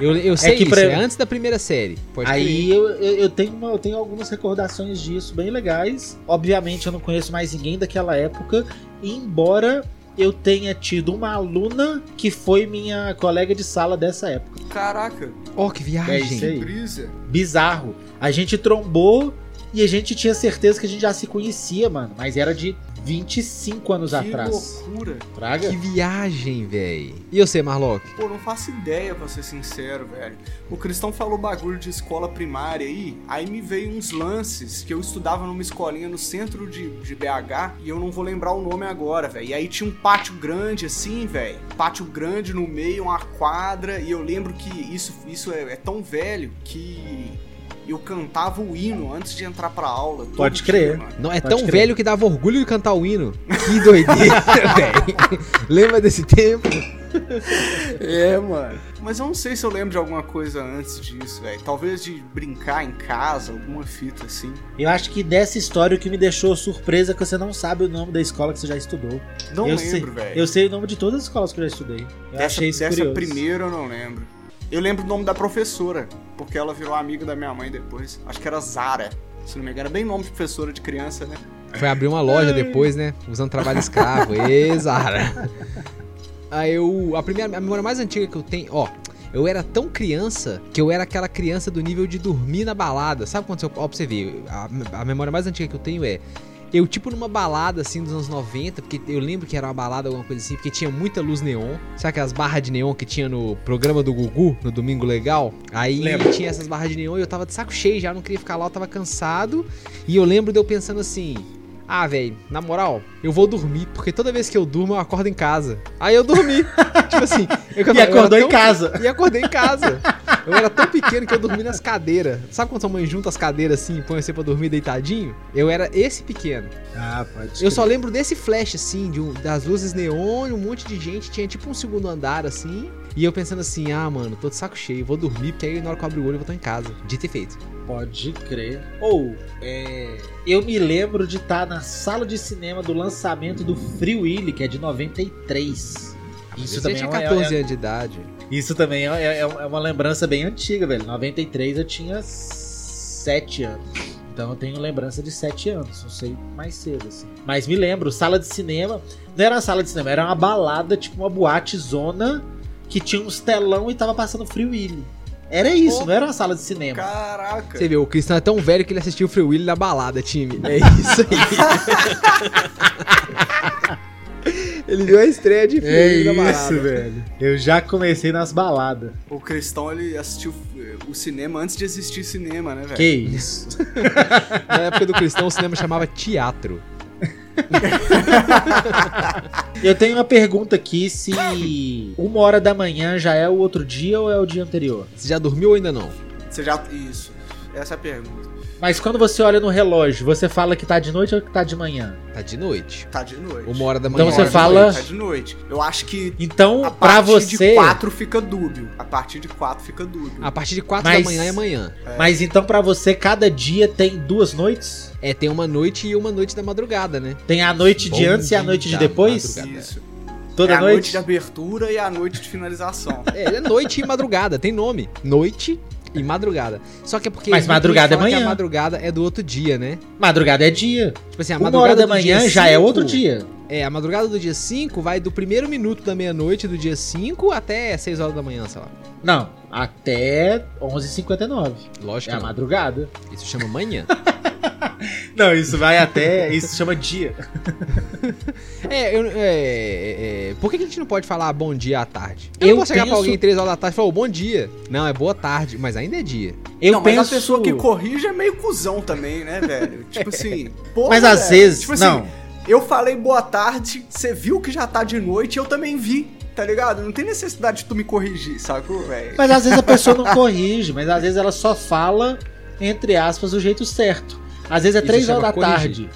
Eu, eu sei que isso, pra- é antes da primeira série. Pode Aí eu, eu, eu tenho uma- eu tenho algumas recordações disso bem legais. Obviamente eu não conheço mais ninguém daquela época, embora eu tenha tido uma aluna que foi minha colega de sala dessa época. Caraca, crer. Ó, que É isso viagem. aí. brisa. Bizarro. A gente trombou e a gente tinha certeza que a gente já se conhecia, mano, mas era de 25 anos que atrás. loucura. Fraga? que viagem, véi. E você, Marlock? Pô, não faço ideia, pra ser sincero, velho. O Cristão falou bagulho de escola primária aí, aí me veio uns lances que eu estudava numa escolinha no centro de, de BH e eu não vou lembrar o nome agora, velho. E aí tinha um pátio grande assim, velho. Pátio grande no meio, uma quadra, e eu lembro que isso, isso é, é tão velho que eu cantava o hino antes de entrar pra aula. todo Pode dia, crer. mano. Não, é Pode tão crer. velho que dava orgulho de cantar o hino. Que doideira, velho. Lembra desse tempo? É, mano. Mas eu não sei se eu lembro de alguma coisa antes disso, velho. Talvez de brincar em casa, alguma fita assim. Eu acho que dessa história o que me deixou surpresa é que você não sabe o nome da escola que você já estudou. Não eu sei- lembro, velho. Eu sei o nome de todas as escolas que eu já estudei. Eu Dessa, achei isso dessa curioso. primeira eu não lembro. Eu lembro o nome da professora, porque ela virou amiga da minha mãe depois. Acho que era Zara. Se não me engano, é bem nome de professora de criança, né? Foi abrir uma loja depois, né? Usando trabalho escravo. Ê, Zara. Aí eu. A primeira a memória mais antiga que eu tenho, ó. Eu era tão criança que eu era aquela criança do nível de dormir na balada. Sabe quando você. Ó, pra você ver, a, a memória mais antiga que eu tenho é. Eu, tipo, numa balada assim dos anos 90, porque eu lembro que era uma balada, alguma coisa assim, porque tinha muita luz neon. Sabe aquelas barras de neon que tinha no programa do Gugu, no Domingo Legal? Aí Lembro. tinha essas barras de neon e eu tava de saco cheio já, eu não queria ficar lá, eu tava cansado. E eu lembro de eu pensando assim: ah, velho, na moral, eu vou dormir, porque toda vez que eu durmo eu acordo em casa. Aí eu dormi. tipo assim, eu, eu E era acordou em tão- casa. e acordei em casa. Eu era tão pequeno que eu dormi nas cadeiras. Sabe quando sua mãe junta as cadeiras assim e põe você pra dormir deitadinho? Eu era esse pequeno. Ah, pode. Eu só lembro desse flash, assim, de um- das luzes neon, um monte de gente. Tinha tipo um segundo andar, assim. E eu pensando assim, ah, mano, tô de saco cheio, vou dormir, porque aí na hora que eu abrir o olho eu vou estar em casa. Dito e feito. Pode crer. Ou, é, eu me lembro de estar na sala de cinema do lançamento do Free Willy, que é de 93. Isso eu também, é tinha uma, é- 14 anos de idade. é- isso também é, é- é uma lembrança bem antiga, velho. 93 eu tinha 7 anos. Então eu tenho lembrança de 7 anos, não sei mais cedo, assim. Mas me lembro, sala de cinema. Não era uma sala de cinema, era uma balada, tipo uma boate zona que tinha uns telão e tava passando Free Willy. Era isso, Opa. não era uma sala de cinema. Caraca. Você vê, o Cristão é tão velho que ele assistiu o Free Willy na balada, time. É isso aí. Ele viu a estreia de filme É na isso, balada. velho. Eu já comecei nas baladas. O Cristão, ele assistiu eh, o cinema antes de existir cinema, né, velho? Que isso. Na época do cristão, o cinema chamava teatro. Eu tenho uma pergunta aqui se uma hora da manhã já é o outro dia ou é o dia anterior. Você já dormiu ou ainda não? Você já... Isso. Essa é a pergunta. Mas quando você olha no relógio, você fala que tá de noite ou que tá de manhã? Tá de noite. Tá de noite. Uma hora da manhã. Uma Então você hora da fala- noite, Tá de noite. Eu acho que Então, a pra partir você. de 4 fica dúbio. A partir de 4 fica dúbio. A partir de 4 Mas- da manhã é amanhã. Mas então pra você cada dia tem duas noites? É, tem uma noite e uma noite da madrugada, né? Tem a noite de Bom antes e a noite de dia, depois? madrugada. Isso. Toda é a noite? noite? de abertura e a noite de finalização. É, é noite e madrugada, tem nome. Noite e madrugada. Só que é porque. Mas muita gente madrugada é fala que manhã. a madrugada é do outro dia, né? Madrugada é dia. Tipo assim, a uma madrugada hora da do dia manhã já é cinco- outro dia. É, a madrugada do dia 5 vai do primeiro minuto da meia-noite do dia 5 até 6 horas da manhã, sei lá. Não, até 11h59. É Lógico a que não. madrugada. Isso chama manhã. Não, isso vai até. Isso chama dia. é, eu, é, é, por que que a gente não pode falar bom dia à tarde? Eu, Eu não posso chegar pra penso- alguém 3 horas da tarde e falar, "Ô, bom dia. Não, é boa tarde, mas ainda é dia. Eu não, penso. mas a pessoa que corrige é meio cuzão também, né, velho? Tipo assim. porra, Mas às velho. vezes. Tipo assim, não. eu falei boa tarde, você viu que já tá de noite, eu também vi, tá ligado? Não tem necessidade de tu me corrigir, sacou, velho? Mas às vezes a pessoa não corrige, mas às vezes ela só fala, entre aspas, do jeito certo. Às vezes é Isso três chama horas da corrigir. tarde.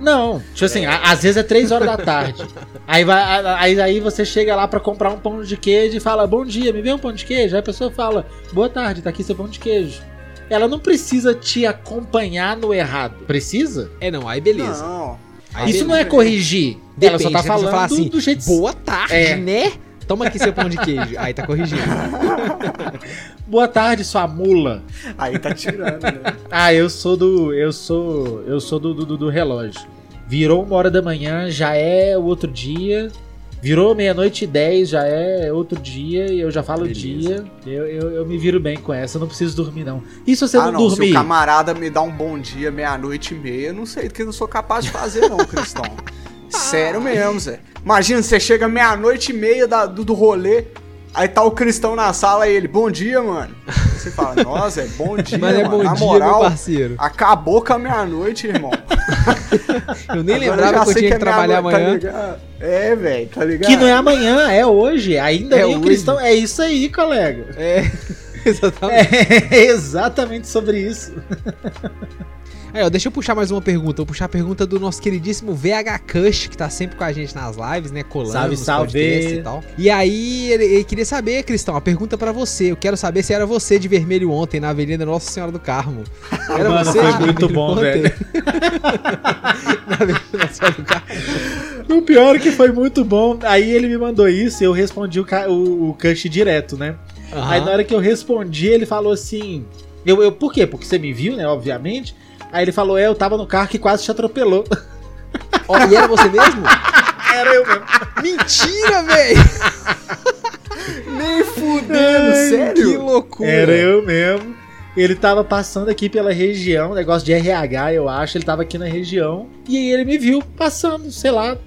Não, tipo assim, a- às vezes é três horas da tarde. Aí, vai, a- a- aí, aí você chega lá pra comprar um pão de queijo e fala, bom dia, me vê um pão de queijo? Aí a pessoa fala, boa tarde, tá aqui seu pão de queijo. Ela não precisa te acompanhar no errado. Precisa? É, não, aí beleza. Não. Isso Aí beleza. não é corrigir. ela só Depende, tá né? Você falando fala assim, do jeito Boa tarde, É. né? Toma aqui seu pão de queijo. Aí tá corrigindo. Boa tarde, sua mula. Aí tá tirando, né? Ah, eu sou do. Eu sou. Eu sou do, do, do- do relógio. Virou uma hora da manhã, já é o outro dia. Virou meia-noite e dez, já é outro dia, e eu já falo o Beleza. dia. Eu, eu, eu me viro bem com essa, eu não preciso dormir, não. E se você ah, não, não, se dormir? o camarada me dá um bom dia, meia-noite e meia, eu não sei do que eu sou capaz de fazer, não, Cristão. Ah. Sério mesmo, Zé. Imagina, você chega meia-noite e meia da- do, do rolê, aí tá o Cristão na sala e ele, bom dia, mano. Você fala, nossa, é bom dia, Mas é mano. bom na dia, meu moral, parceiro. acabou com a meia-noite, irmão. Eu nem Agora lembrava já que eu sei tinha que é trabalhar meia-noite, amanhã. Tá ligado? é, velho, tá ligado? Que não é amanhã, é hoje. Ainda É nem o hoje. cristão. É isso aí, colega. É, exatamente. É exatamente sobre isso. Aí, ó, deixa eu puxar mais uma pergunta. Vou puxar a pergunta do nosso queridíssimo VH Cush, que tá sempre com a gente nas lives, né? Colando Salve, nos salve. podcasts e tal. E aí, ele, ele queria saber, Cristão, a pergunta pra você. Eu quero saber se era você de vermelho ontem na Avenida Nossa Senhora do Carmo. Era Mano, você foi de muito vermelho bom, ontem? velho. na Avenida Nossa Senhora do Carmo. O pior é que foi muito bom. Aí ele me mandou isso e eu respondi o, ca- o, o Cush direto, né? Aí na Aham. hora que eu respondi, ele falou assim. Eu, eu, por quê? Porque você me viu, né? Obviamente. Aí ele falou: É, eu tava no carro que quase te atropelou. Ó, e era você mesmo? Ah, Era eu mesmo. Mentira, velho! Nem fudendo, Que sério? loucura! Era eu mesmo. Ele tava passando aqui pela região, negócio de RH, eu acho. Ele tava aqui na região. E aí ele me viu passando, sei lá.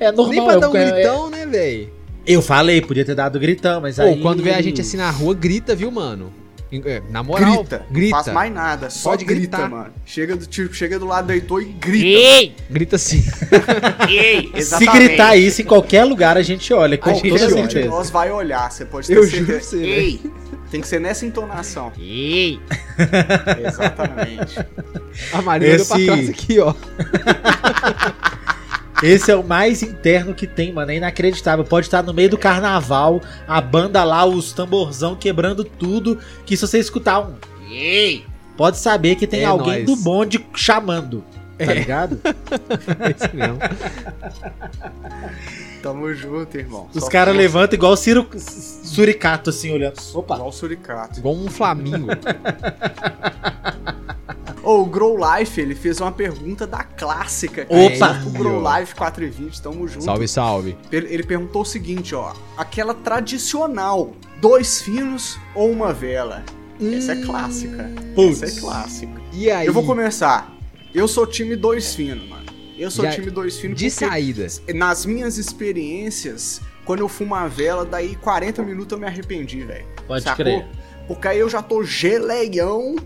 É normal. Nem pra dar um eu, é- gritão, né, velho? eu falei, podia ter dado gritão, mas Pô, aí. quando vê a gente assim na rua, grita, viu, mano? Em- é, Na moral, Grita, grita. Faz mais nada, só Pode grita, gritar. mano. Chega do tipo, chega do lado, deitou e grita. Grita assim. Ei, Se gritar isso em qualquer lugar, a gente olha, com a gente toda gente olha, certeza. um nós vai olhar, você pode ter Eu juro pra certeza. você, velho. Ei, tem que ser nessa entonação. Exatamente. A Maria olhou pra Esse- trás aqui, ó. tá Esse é o mais interno que tem, mano. É inacreditável. Pode estar no meio do carnaval, a banda lá, os tamborzão quebrando tudo. Que se você escutar um. "Ei", Pode saber que tem É alguém nóis. do bonde chamando. Tá ligado? É isso mesmo. Tamo junto, irmão. Os Só caras força. levantam igual Ciro Suricato, assim, olhando. Opa! Igual o Suricato. Igual um flamingo. Ô, o Grow Life, ele fez uma pergunta da clássica. tá Opa! O Grow Life 420, tamo junto. salve, salve. Ele, ele perguntou o seguinte, ó. Aquela tradicional, dois finos ou uma vela? Essa é clássica. Putz. Essa é clássica. E aí? Eu vou começar. Eu sou time dois finos, mano. Eu sou Já- time dois finos De porque saída. nas minhas experiências, quando eu fumo a vela, daí 40 minutos eu me arrependi, velho. Pode Sacou? crer. Porque aí eu já tô geleião,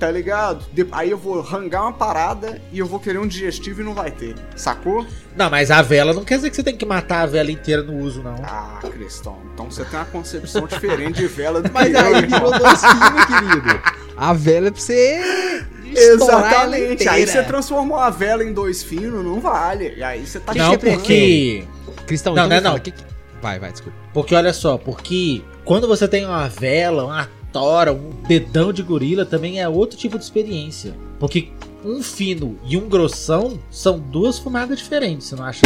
tá ligado? De- Aí eu vou rangar uma parada e eu vou querer um digestivo e não vai ter, sacou? Não, mas a vela não quer dizer que você tem que matar a vela inteira no uso, não. Ah, Cristão, então você tem uma concepção diferente de vela do Mas que aí eu, irmão. virou dois finos, querido. A vela é pra você. estourar ela Exatamente, aí inteira. você transformou a vela em dois finos, não vale. E aí você tá Deixa Não, eu ver porque. Cristão, Não, então não é me fala, não. que que- Vai, vai, desculpa. Porque olha só, porque quando você tem uma vela, uma tora, um dedão de gorila, também é outro tipo de experiência. Porque um fino e um grossão são duas fumadas diferentes, você não acha?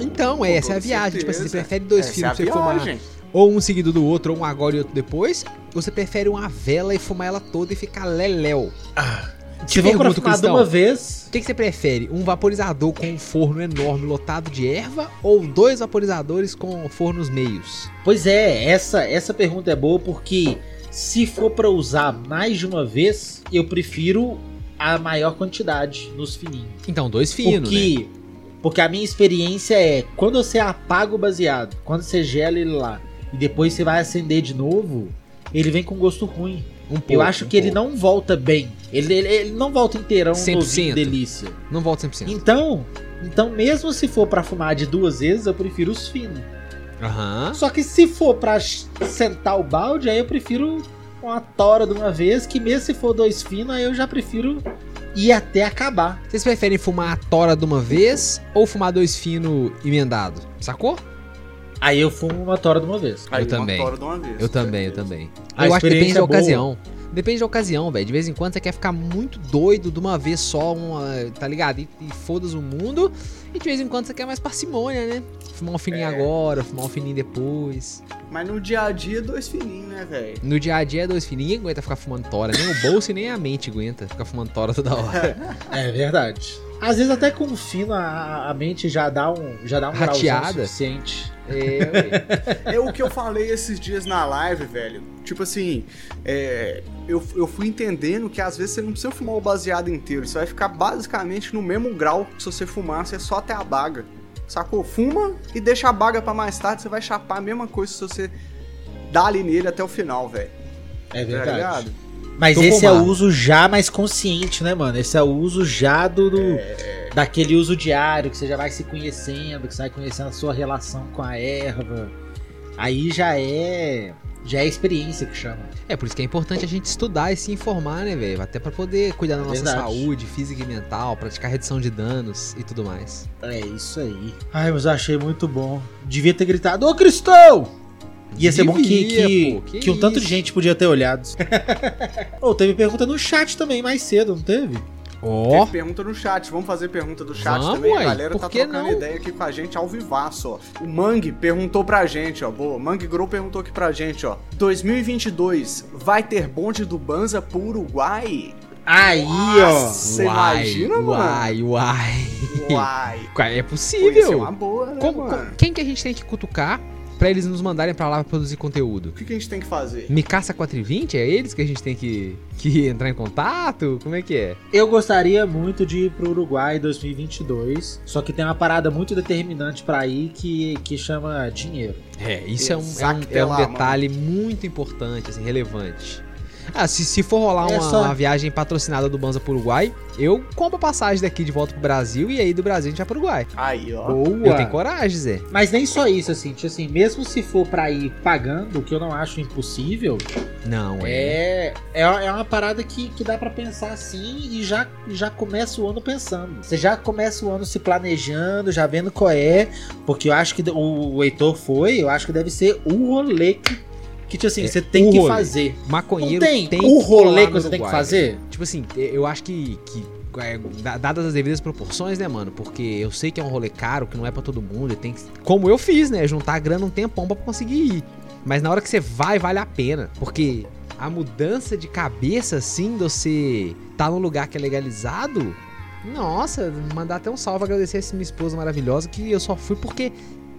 Então, é, essa é a viagem. Tipo assim, você certeza. prefere dois Essa é finos a pra você fumar viagem. ou um seguido do outro, ou um agora e outro depois. Ou você prefere uma vela e fumar ela toda e ficar leléu? Ah, Te se for pra fumar pergunto, de Cristão. uma vez, O que, que você prefere? Um vaporizador com um forno enorme lotado de erva ou dois vaporizadores com fornos meios? Pois é, essa essa pergunta é boa porque se for pra usar mais de uma vez, eu prefiro a maior quantidade nos fininhos. Então, dois finos, né? porque, porque a minha experiência é quando você apaga o baseado, quando você gela ele lá e depois você vai acender de novo, ele vem com gosto ruim. Um pouco, eu acho um que ele pouco. não volta bem. Ele, ele, ele não volta inteirão, 100%. novinho, delícia. Não volta 100%. Então, então mesmo se for pra fumar de duas vezes, eu prefiro os finos. Aham. Só que se for pra ch- sentar o balde, aí eu prefiro uma tora de uma vez, que mesmo se for dois finos, aí eu já prefiro ir até acabar. Vocês preferem fumar a tora de uma vez ou fumar dois finos emendado? Sacou? Aí eu fumo uma tora de uma vez. Aí uma também. tora de uma vez, Eu também, eu certeza. também. A eu acho que depende experiência da é boa. ocasião. Depende da ocasião, velho. De vez em quando você quer ficar muito doido de uma vez só, uma, tá ligado? E, e foda-se o mundo. E de vez em quando você quer mais parcimônia, né? Fumar um fininho É. agora, fumar um fininho depois. Mas no dia a dia, dois fininhos, né, velho? No dia a dia é dois fininhos. Ninguém aguenta ficar fumando tora. Nem o bolso e nem a mente aguenta ficar fumando tora toda hora. É verdade. Às vezes até com o fino a, a mente já dá um já dá um grauzão Rateada. suficiente. é, ué. É o que eu falei esses dias na live, velho. Tipo assim, é, eu, eu fui entendendo que às vezes você não precisa fumar o baseado inteiro. Você vai ficar basicamente no mesmo grau que se você fumasse, é só até a baga. Sacou? Fuma e deixa a baga pra mais tarde, você vai chapar a mesma coisa se você dá ali nele até o final, velho. É Tá verdade. ligado? Mas Tô esse é o fumado. uso já mais consciente, né, mano? Esse é o uso já do, do- daquele uso diário, que você já vai se conhecendo, que você vai conhecendo a sua relação com a erva. Aí já é. Já é experiência que chama. É, por isso que é importante a gente estudar e se informar, né, velho? Até pra poder cuidar da nossa É Verdade. saúde física e mental, praticar redução de danos e tudo mais. É isso aí. Ai, mas eu achei muito bom. Devia ter gritado, ô Cristão! Ia ser bom que, Devia, que, pô, que, que um tanto de isso. gente podia ter olhado. Ou teve pergunta no chat também mais cedo, não teve? Ó, Teve pergunta no chat, vamos fazer pergunta do chat Vamos, também. ué, a galera por tá que trocando não? ideia aqui com a gente ao vivaço, ó. O Mang perguntou pra gente, ó. Boa, Mang Grow perguntou aqui pra gente, ó. 2022, vai ter bonde do Banza pro Uruguai? Aí, ó. Nossa, imagina, mano? Uai, uai. Uai. Cara, É Isso é possível. uma boa, né, Como- mano? como- quem que a gente tem que cutucar pra eles nos mandarem pra lá pra produzir conteúdo? O que, que a gente tem que fazer? Micaça 420? É eles que a gente tem que, que entrar em contato? Como é que é? Eu gostaria muito de ir pro Uruguai em 2022, só que tem uma parada muito determinante pra ir que, que chama dinheiro. É, isso é um, é um- Saque é um lá, detalhe muito importante, assim, relevante. Ah, se, se for rolar É uma, só- uma viagem patrocinada do Banza pro Uruguai, eu compro a passagem daqui de volta pro Brasil e aí do Brasil a gente vai pro Uruguai. Aí, ó. Boa! Eu tenho coragem, Zé. Mas nem só isso, assim, tipo assim, mesmo se for pra ir pagando, o que eu não acho impossível, Não, é. É, é, é uma parada que, que dá pra pensar assim e já, já começa o ano pensando. Você já começa o ano se planejando, já vendo qual é, porque eu acho que de- o, o Heitor foi, eu acho que deve ser o rolê que, que tipo assim, É, você tem o que rolê. fazer. Não Maconheiro tem, tem o colar rolê no que você tem que Uruguai. fazer? Tipo assim, eu acho que, que é, da- dadas as devidas proporções, né, mano? Porque eu sei que é um rolê caro, que não é pra todo mundo, e tem que, como eu fiz, né, juntar a grana um tempão pra conseguir ir. Mas na hora que você vai, vale a pena, porque a mudança de cabeça assim, de você tá num lugar que é legalizado, nossa, mandar até um salve agradecer essa minha esposa maravilhosa que eu só fui porque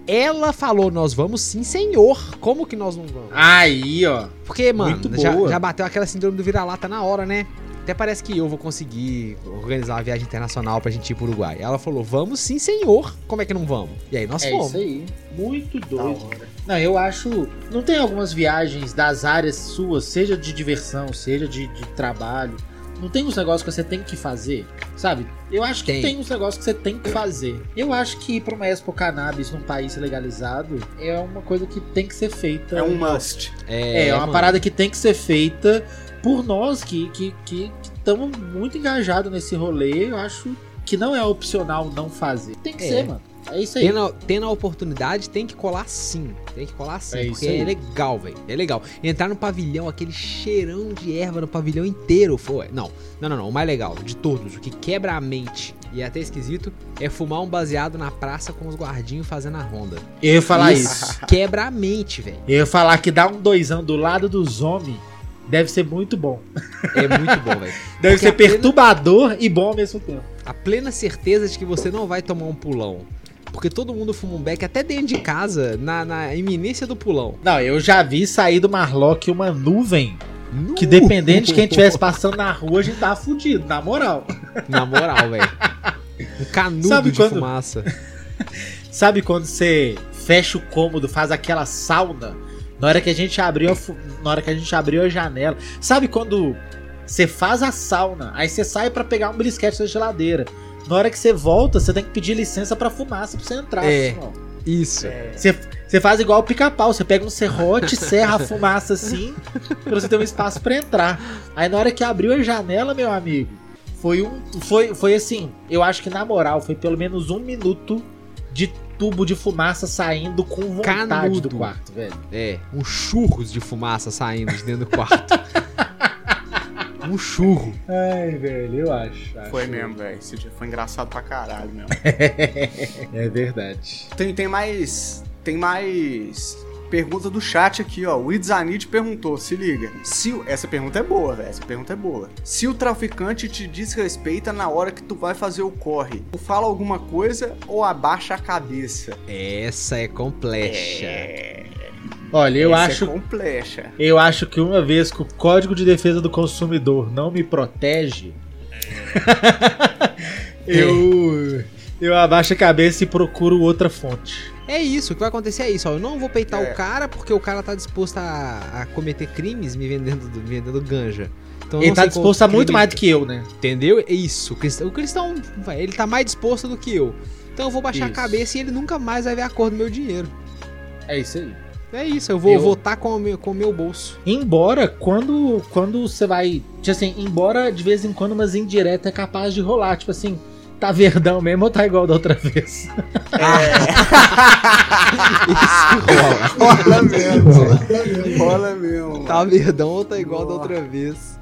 ela falou, nós vamos sim, senhor. Como Ah, que nós não vamos? Aí, ó. Porque, mano, Muito já, boa. já bateu aquela síndrome do vira-lata na hora, né? Até parece que eu vou conseguir organizar uma viagem internacional pra gente ir pro Uruguai. Ela falou, vamos sim, senhor. Como é que não vamos? E aí nós é fomos. isso aí. Muito doido. Da hora. Não, eu acho. Não tem algumas viagens das áreas suas, seja de diversão, seja de, de trabalho. Não tem uns negócios que você tem que fazer, sabe? Eu acho que Tem. tem, uns negócios que você tem que fazer. Eu acho que ir pra uma Expo Cannabis num país legalizado é uma coisa que tem que ser feita. É um must. É, é uma mano. parada que tem que ser feita por nós que estamos que, que tamo muito engajados nesse rolê. Eu acho que não é opcional não fazer. Tem que É. ser, mano. É isso aí. Tendo a, tendo a oportunidade, tem que colar sim. Tem que colar sim, É isso porque aí. é legal, velho. É legal. Entrar no pavilhão, aquele cheirão de erva no pavilhão inteiro. Foi. Não, não, não, não. O mais legal de todos, o que quebra a mente e é até esquisito, é fumar um baseado na praça com os guardinhos fazendo a ronda. Eu ia falar isso. Quebra a mente, velho. Eu ia falar que dar um doisão do lado dos homens deve ser muito bom. É muito bom, velho. Deve Porque ser a plena- perturbador e bom ao mesmo tempo. A plena certeza de que você não vai tomar um pulão. Porque todo mundo fuma um beck, até dentro de casa, na, na iminência do pulão. Não, eu já vi sair do Marlock uma nuvem que Nu! dependendo de quem estivesse passando na rua, a gente tava fudido, na moral. Na moral, velho. Um canudo Sabe de quando- fumaça. Sabe quando você fecha o cômodo, faz aquela sauna? Na hora que a gente abriu a, fu- na hora que a, gente abriu a janela. Sabe quando você faz a sauna, aí você sai pra pegar um brisquete da geladeira. Na hora que você volta, você tem que pedir licença pra fumaça pra você entrar. É. pessoal. Isso. Você, você faz igual o pica-pau, você pega um serrote, serra a fumaça assim, pra você ter um espaço pra entrar. Aí na hora que abriu a janela, meu amigo, foi um. Foi, foi assim, eu acho que na moral, foi pelo menos um minuto de tubo de fumaça saindo com vontade Canudo. do quarto, velho. É. Um churros de fumaça saindo de dentro do quarto. um churro. Ai, velho, eu acho. Foi mesmo, velho. Esse dia foi engraçado pra caralho mesmo. É verdade. Tem, tem mais. Tem mais. Pergunta do chat aqui, ó. O Idzanid perguntou, se liga. Se o- essa pergunta é boa, velho. Essa pergunta é boa. Se o traficante te desrespeita na hora que tu vai fazer o corre, tu fala alguma coisa ou abaixa a cabeça? Essa é complexa. Olha, eu Essa acho É complexa. Eu acho que uma vez que o Código de Defesa do Consumidor não me protege, eu eu abaixo a cabeça e procuro outra fonte. É isso, o que vai acontecer é isso, ó. Eu não vou peitar É. o cara porque o cara tá disposto a, a cometer crimes me vendendo, me vendendo ganja. Então, eu Ele não tá sei qual disposto a crime- muito mais do que eu, né? Entendeu? É isso. O cristão, o cristão, vai, ele tá mais disposto do que eu. Então eu vou baixar Isso. a cabeça e ele nunca mais vai ver a cor do meu dinheiro. É isso aí. É isso, eu vou Eu- votar com o meu, com o meu bolso. Embora quando quando você vai, tipo assim, embora de vez em quando umas indiretas é capaz de rolar, tipo assim, tá verdão mesmo ou tá igual da outra vez? Isso rola. Rola mesmo. velho. Rola mesmo. Tá verdão ou tá igual da Nossa. outra vez.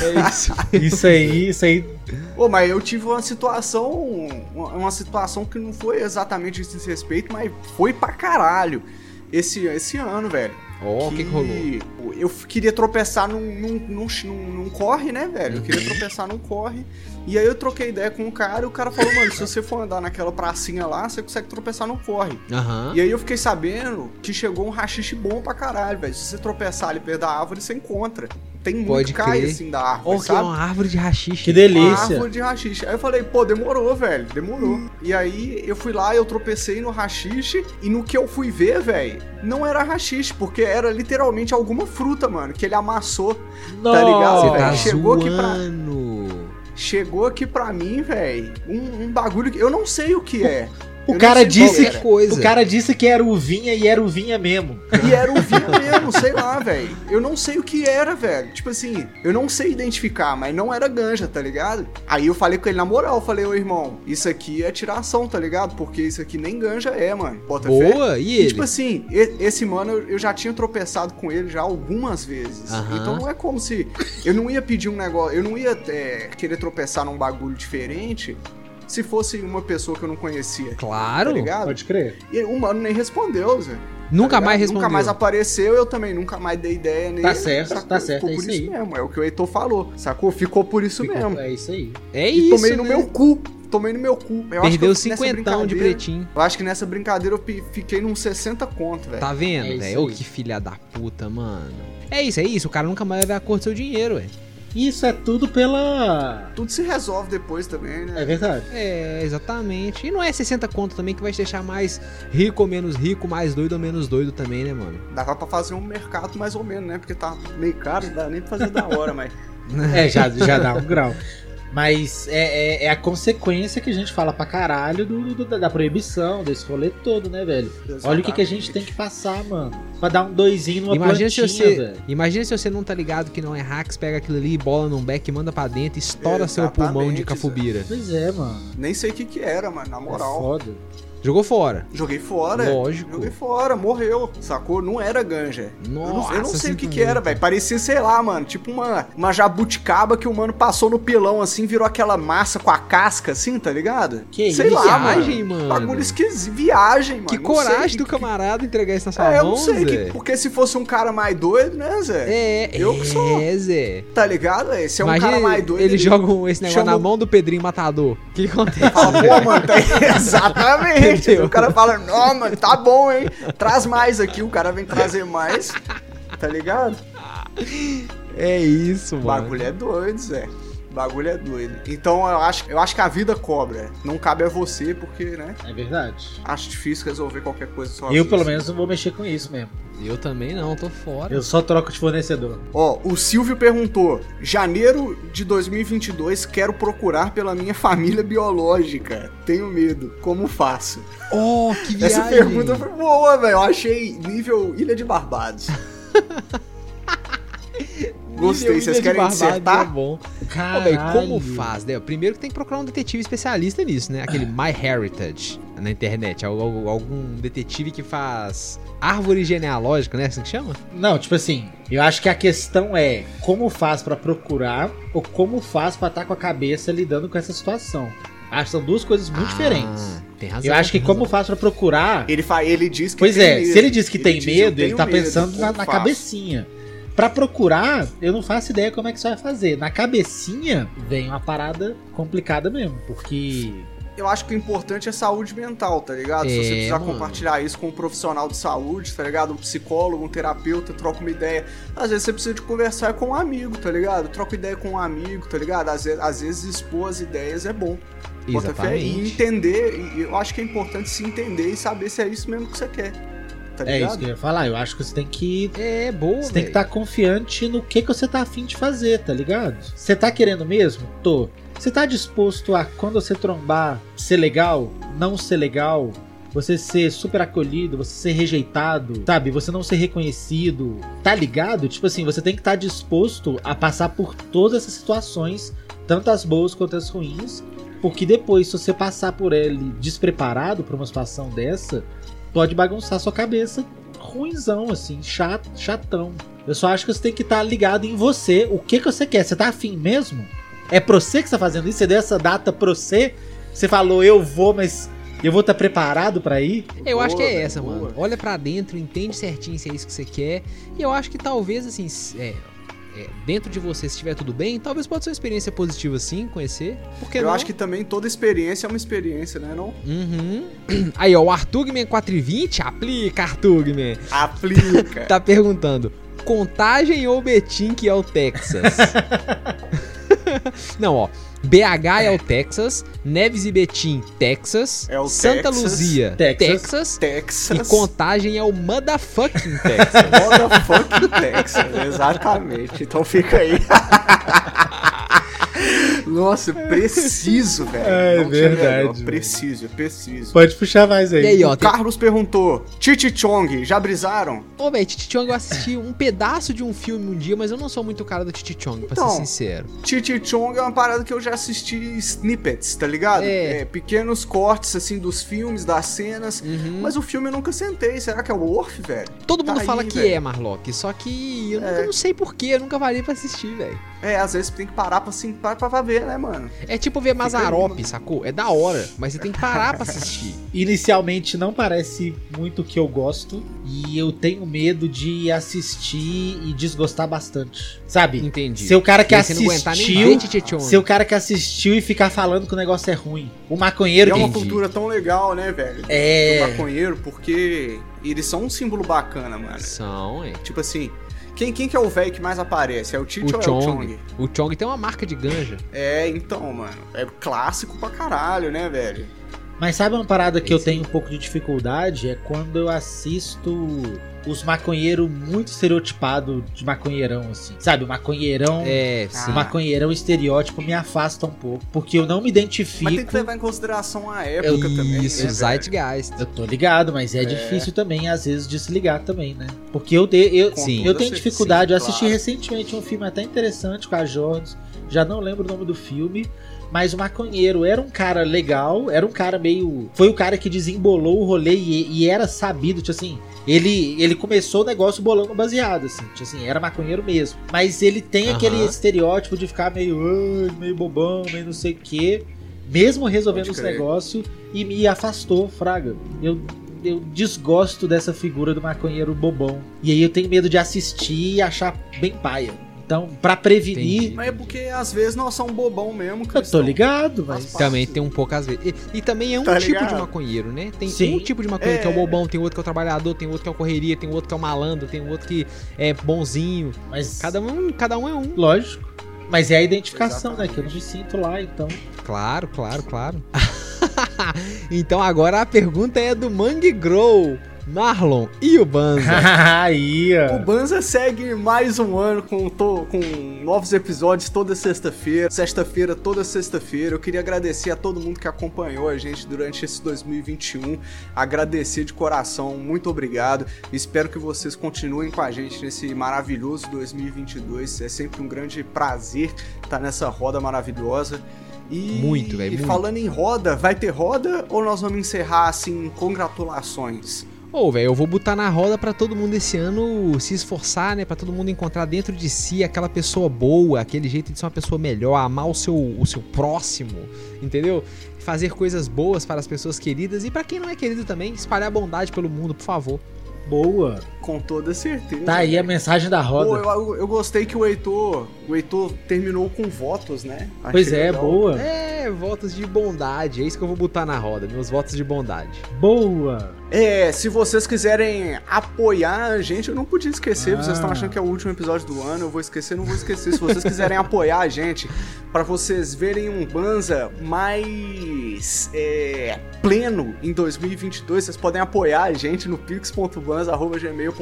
É isso. Isso aí, isso aí. Ô, mas eu tive uma situação, uma, uma situação que não foi exatamente esse desrespeito, mas foi pra caralho esse, esse ano, velho. Ó, o que, que rolou? Eu f- queria tropeçar num, num, num, ch- num- num corre, né, velho? Eu Uhum. queria tropeçar num corre. E aí eu troquei ideia com o cara e o cara falou, mano, se você for andar naquela pracinha lá, você consegue tropeçar num corre. Aham. E aí eu fiquei sabendo que chegou um rachixe bom pra caralho, velho. Se você tropeçar ali perto da árvore, você encontra. Tem muito Pode que cai crer. assim da árvore, Ó, que é sabe? uma árvore de rachixe. Que delícia. Uma árvore de rachixe. Aí eu falei, pô, demorou, velho, demorou. E aí eu fui lá, eu tropecei no rachixe, e no que eu fui ver, velho, não era rachixe, porque era literalmente alguma fruta, mano, que ele amassou. Tá ligado, Nossa. Você tá velho? Chegou aqui pra- zoando. Chegou aqui pra mim, velho, um, um bagulho que eu não sei o que é. Eu não O cara sei qual disse era. Qualquer coisa. O cara disse que era uvinha e era uvinha mesmo. E era o vinho mesmo, sei lá, velho. Eu não sei o que era, velho. Tipo assim, eu não sei identificar, mas não era ganja, tá ligado? Aí eu falei com ele na moral, eu falei, ô irmão, isso aqui é tiração, tá ligado? Porque isso aqui nem ganja é, mano. Bota fé. Boa, e E, ele? tipo assim, e- esse mano eu- eu já tinha tropeçado com ele já algumas vezes. Aham. Então não é como se. Eu não ia pedir um negócio. Eu não ia é, querer tropeçar num bagulho diferente se fosse uma pessoa que eu não conhecia. Claro. Tá ligado? Pode crer. E o mano nem respondeu, Zé. nunca tá ligado? mais respondeu. Nunca mais apareceu, eu também nunca mais dei ideia nele. Tá certo, sacou? tá certo, Ficou é por isso isso, aí. mesmo, é o que o Heitor falou, sacou? Ficou por isso Ficou- mesmo. É isso aí. É E isso, tomei no né? meu cu, tomei no meu cu. Eu acho que Perdeu eu- nessa cinquentão de brincadeira- pretinho. Eu acho que nessa brincadeira eu pi- fiquei num 60 conto, velho. Tá É vendo, isso velho? Ô, aí. que filha da puta, mano. É isso, é isso. O cara nunca mais vai ver a cor do seu dinheiro, velho. Isso é tudo pela. Tudo se resolve depois também, né? É verdade. É, exatamente. E não é 60 conto também que vai te deixar mais rico ou menos rico, mais doido ou menos doido também, né, mano? É. Dava pra fazer um mercado mais ou menos, né? Porque tá meio caro, não dá nem pra fazer da hora, mas. É, já, já dá um grau. Mas é, é- é a consequência que a gente fala pra caralho do, do- da- da proibição, desse rolê todo, né, velho? Olha o que, que a gente tem que passar, mano. Pra dar um doisinho numa Imagina plantinha, se, você, velho. imagina se você não tá ligado que não é hacks, pega aquilo ali, bola num beck, manda pra dentro, estoura seu Exatamente, pulmão de Zé. cafubira. Pois é, mano. Nem sei o que que era, mano, na É moral. foda. Jogou fora. Joguei fora. Lógico. Joguei fora, morreu, sacou? Não era ganja. Eu não- Nossa, eu não sei o que que simplesmente. era, velho. Parecia, sei lá, mano, tipo uma, uma jabuticaba que o mano passou no pilão, assim, virou aquela massa com a casca, assim, tá ligado? Que sei isso, lá, viagem, mano. mano. Bagulho esquisito. Viagem, mano. Que Não sei coragem que- do camarada entregar isso na sua É, eu mão, não sei. que- Zé. porque se fosse um cara mais doido, né, Zé? É, Eu que sou. É, Zé. Tá ligado? É, Se é um Imagina cara mais doido. eles jogam esse negócio chama na o- mão do Pedrinho Matador. O que acontece? Fala, pô, mano, tá... exatamente. Entendeu? O cara fala, não, mano, tá bom, hein? Traz mais aqui, o cara vem trazer mais. Tá ligado? é isso, O mano. bagulho é doido, Zé. O bagulho é doido. Então eu acho, eu acho que a vida cobra. Não cabe a você, porque, né? É verdade. Acho difícil resolver qualquer coisa sozinho. Eu, pelo menos, não vou mexer com isso mesmo. Eu também não, tô fora. Eu só troco de fornecedor. Ó, o Silvio perguntou: janeiro de 2022, quero procurar pela minha família biológica. Tenho medo. Como faço? Oh, que viagem. Essa pergunta foi boa, velho. Eu achei nível Ilha de Barbados. Gostei. Ilha Vocês de querem Barbados dissertar? É bom. Ô, Caralho. velho, como faz, né? Primeiro que tem que procurar um detetive especialista nisso, né? Aquele My Heritage na internet. Al- al- Algum detetive que faz árvore genealógica, né? Assim que chama? Não, tipo assim, eu acho que a questão é como faz pra procurar ou como faz pra estar com a cabeça lidando com essa situação. Acho que são duas coisas muito diferentes. Ah, Tem razão. é Eu acho que tem como faz pra procurar. Ele, fa... ele diz que. Pois tem é, medo. se ele diz que tem diz, eu medo, ele tenho tá medo, pensando na, como na faço? cabecinha. Pra procurar, eu não faço ideia como é que você vai fazer. Na cabecinha, vem uma parada complicada mesmo, porque. Eu acho que o importante é saúde mental, tá ligado? Se É, você precisar mano. compartilhar isso com um profissional de saúde, tá ligado? Um psicólogo, um terapeuta, troca uma ideia. Às vezes você precisa de conversar com um amigo, tá ligado? Troca ideia com um amigo, tá ligado? Às ve- às vezes, expor as ideias é bom. razão. Bota fé. E Exatamente. entender, e eu acho que é importante se entender e saber se é isso mesmo que você quer. Tá é isso ligado? que eu ia falar. Eu acho que você tem que É, Você boa, tem que velho. estar confiante no que, que você tá afim de fazer, tá ligado? Você tá querendo mesmo? Tô. Você tá disposto a, quando você trombar, ser legal, não ser legal, você ser super acolhido, você ser rejeitado, sabe? Você não ser reconhecido, tá ligado? Tipo assim, você tem que estar disposto a passar por todas essas situações, tanto as boas quanto as ruins, porque depois, se você passar por ele despreparado por uma situação dessa, pode bagunçar sua cabeça ruinzão, assim, chato, chatão. Eu só acho que você tem que estar ligado em você. O que que você quer? Você tá afim mesmo? É pra você que você tá fazendo isso? Você deu essa data pra você? Você falou, eu vou, mas eu vou estar preparado pra ir? Eu acho que Boa, é velho, essa, boa. mano. Olha pra dentro, entende certinho se é isso que você quer. E eu acho que talvez, assim, s- é, é, dentro de você, se estiver tudo bem, talvez pode ser uma experiência positiva, sim, conhecer. Porque Eu acho que também toda experiência é uma experiência, né? Não Uhum. Aí, ó, o Artugman 420, aplica, Artugman. aplica. Tá perguntando, contagem ou Betim que é o Texas? Não, ó. BH é o Texas, Neves e Betim, Texas, É o Santa Texas. Luzia, Texas. Texas Texas. e contagem é o motherfucking Texas. Motherfucking Texas, exatamente. Então fica aí. Nossa, preciso, velho. É Não tinha verdade, melhor. velho. Preciso, é preciso. Pode puxar mais aí. E aí, ó, O Carlos perguntou: Titi Chong, já brisaram? Ô, velho, Titi Chong, eu assisti um pedaço de um filme um dia, mas eu não sou muito o cara do Titi Chong, pra Então, ser sincero. Titi Chong é uma parada que eu já assisti snippets, tá ligado? É. pequenos cortes, assim, dos filmes, das cenas. Uhum. Mas o filme eu nunca sentei. Será que é o Worf, velho? Todo mundo tá fala aí, que velho. é, Marlock, só que eu, nunca- É. eu não sei porquê, eu nunca parei pra assistir, velho. É, às vezes tem que parar pra, assim, pra, pra ver, né, mano? É tipo ver Mazarop, aí, sacou? É da hora, mas você tem que parar pra assistir. Inicialmente não parece muito o que eu gosto. E eu tenho medo de assistir e desgostar bastante. Sabe? Entendi. Ser o cara que E aí você não aguentar nem assistiu. ver Titi Chong. Ser o cara que assistiu e ficar falando que o negócio é ruim. O maconheiro E é que uma Entendi. cultura tão legal, né, velho? do É. maconheiro, porque eles são um símbolo bacana, mano. São, é. Tipo assim, Quem, quem que é o velho que mais aparece? É o Tite ou O é o Chong. Chong? O Chong tem uma marca de ganja. É, então, mano. É clássico pra caralho, né, velho? Mas sabe uma parada que eu Esse- tenho um pouco de dificuldade? É quando eu assisto os maconheiros muito estereotipado de maconheirão, assim. Sabe, o maconheirão. Ah, É, sim. o Maconheirão estereótipo me afasta um pouco, porque eu não me Mas tem identifico. que levar em consideração a época também. Isso, né, velho? Zeitgeist. Eu tô ligado, mas é, difícil também, às vezes, desligar também, né? Porque eu, te- eu, Com Sim. eu toda tenho cer- dificuldade. sim, eu assisti claro. recentemente um filme até interessante com a Jones, já não lembro o nome do filme. Mas o maconheiro era um cara legal, era um cara meio. Foi o cara que desembolou o rolê e, e era sabido, tipo assim. Ele, ele começou o negócio bolando baseado, assim, tipo assim, era maconheiro mesmo. Mas ele tem Aham. aquele estereótipo de ficar meio, "Ai, meio bobão, meio não sei o quê. Mesmo resolvendo Pode os crer. negócios e me afastou, Fraga. Eu, eu desgosto dessa figura do maconheiro bobão. E aí eu tenho medo de assistir e achar bem paia. Então, pra prevenir, Entendi. Mas é porque às vezes nós somos bobão mesmo, eu tô Cristão. ligado, mas. As Também tem um pouco às vezes. E, e também é um Tá tipo de ligado? maconheiro, né? Tem Sim. um tipo de maconheiro que é o É. bobão, tem outro que é o trabalhador, tem outro que é o correria, tem outro que é o malandro, tem outro que é bonzinho. Mas Cada um, cada um é um. lógico. Mas é a identificação, né? Exatamente. Que eu não me sinto lá, então. Claro, claro, claro. então agora a pergunta é do Mangue Grow, Marlon e o Banza. aí, O Banza segue mais um ano com, to- com novos episódios toda sexta-feira. Sexta-feira, toda sexta-feira. Eu queria agradecer a todo mundo que acompanhou a gente durante esse 2021. Agradecer de coração, muito obrigado. Espero que vocês continuem com a gente nesse maravilhoso 2022. É sempre um grande prazer estar nessa roda maravilhosa. E Muito, velho, E muito. falando em roda, vai ter roda ou nós vamos encerrar assim, congratulações? Ô, velho, eu vou botar na roda pra todo mundo esse ano se esforçar, né? Pra todo mundo encontrar dentro de si aquela pessoa boa, aquele jeito de ser uma pessoa melhor, amar o seu, o seu próximo, entendeu? Fazer coisas boas para as pessoas queridas e pra quem não é querido também, espalhar bondade pelo mundo, por favor. boa. Com toda certeza. Tá aí a mensagem da Pô, roda. eu, eu- eu gostei que o Heitor, o Heitor terminou com votos, né? Achei Pois é, legal. boa. É, votos de bondade, é isso que eu vou botar na roda, meus votos de bondade. Boa. É, se vocês quiserem apoiar a gente, eu não podia esquecer, Ah. vocês estão achando que é o último episódio do ano, eu vou esquecer, não vou esquecer. Se vocês quiserem apoiar a gente, pra vocês verem um Banza mais é, pleno em 2022, vocês podem apoiar a gente no pix.banza.gmail.com.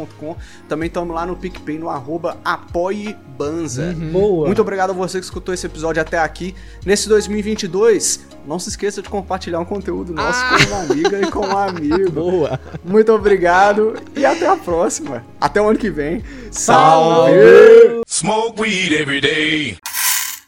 Também estamos lá no PicPay, no arroba apoiebanza. Boa. Muito obrigado a você que escutou esse episódio até aqui. Nesse 2022, não se esqueça de compartilhar um conteúdo nosso Ah! com uma amiga e com um amigo. Boa. Muito obrigado e até a próxima. Até o ano que vem. Salve! Smoke weed every day.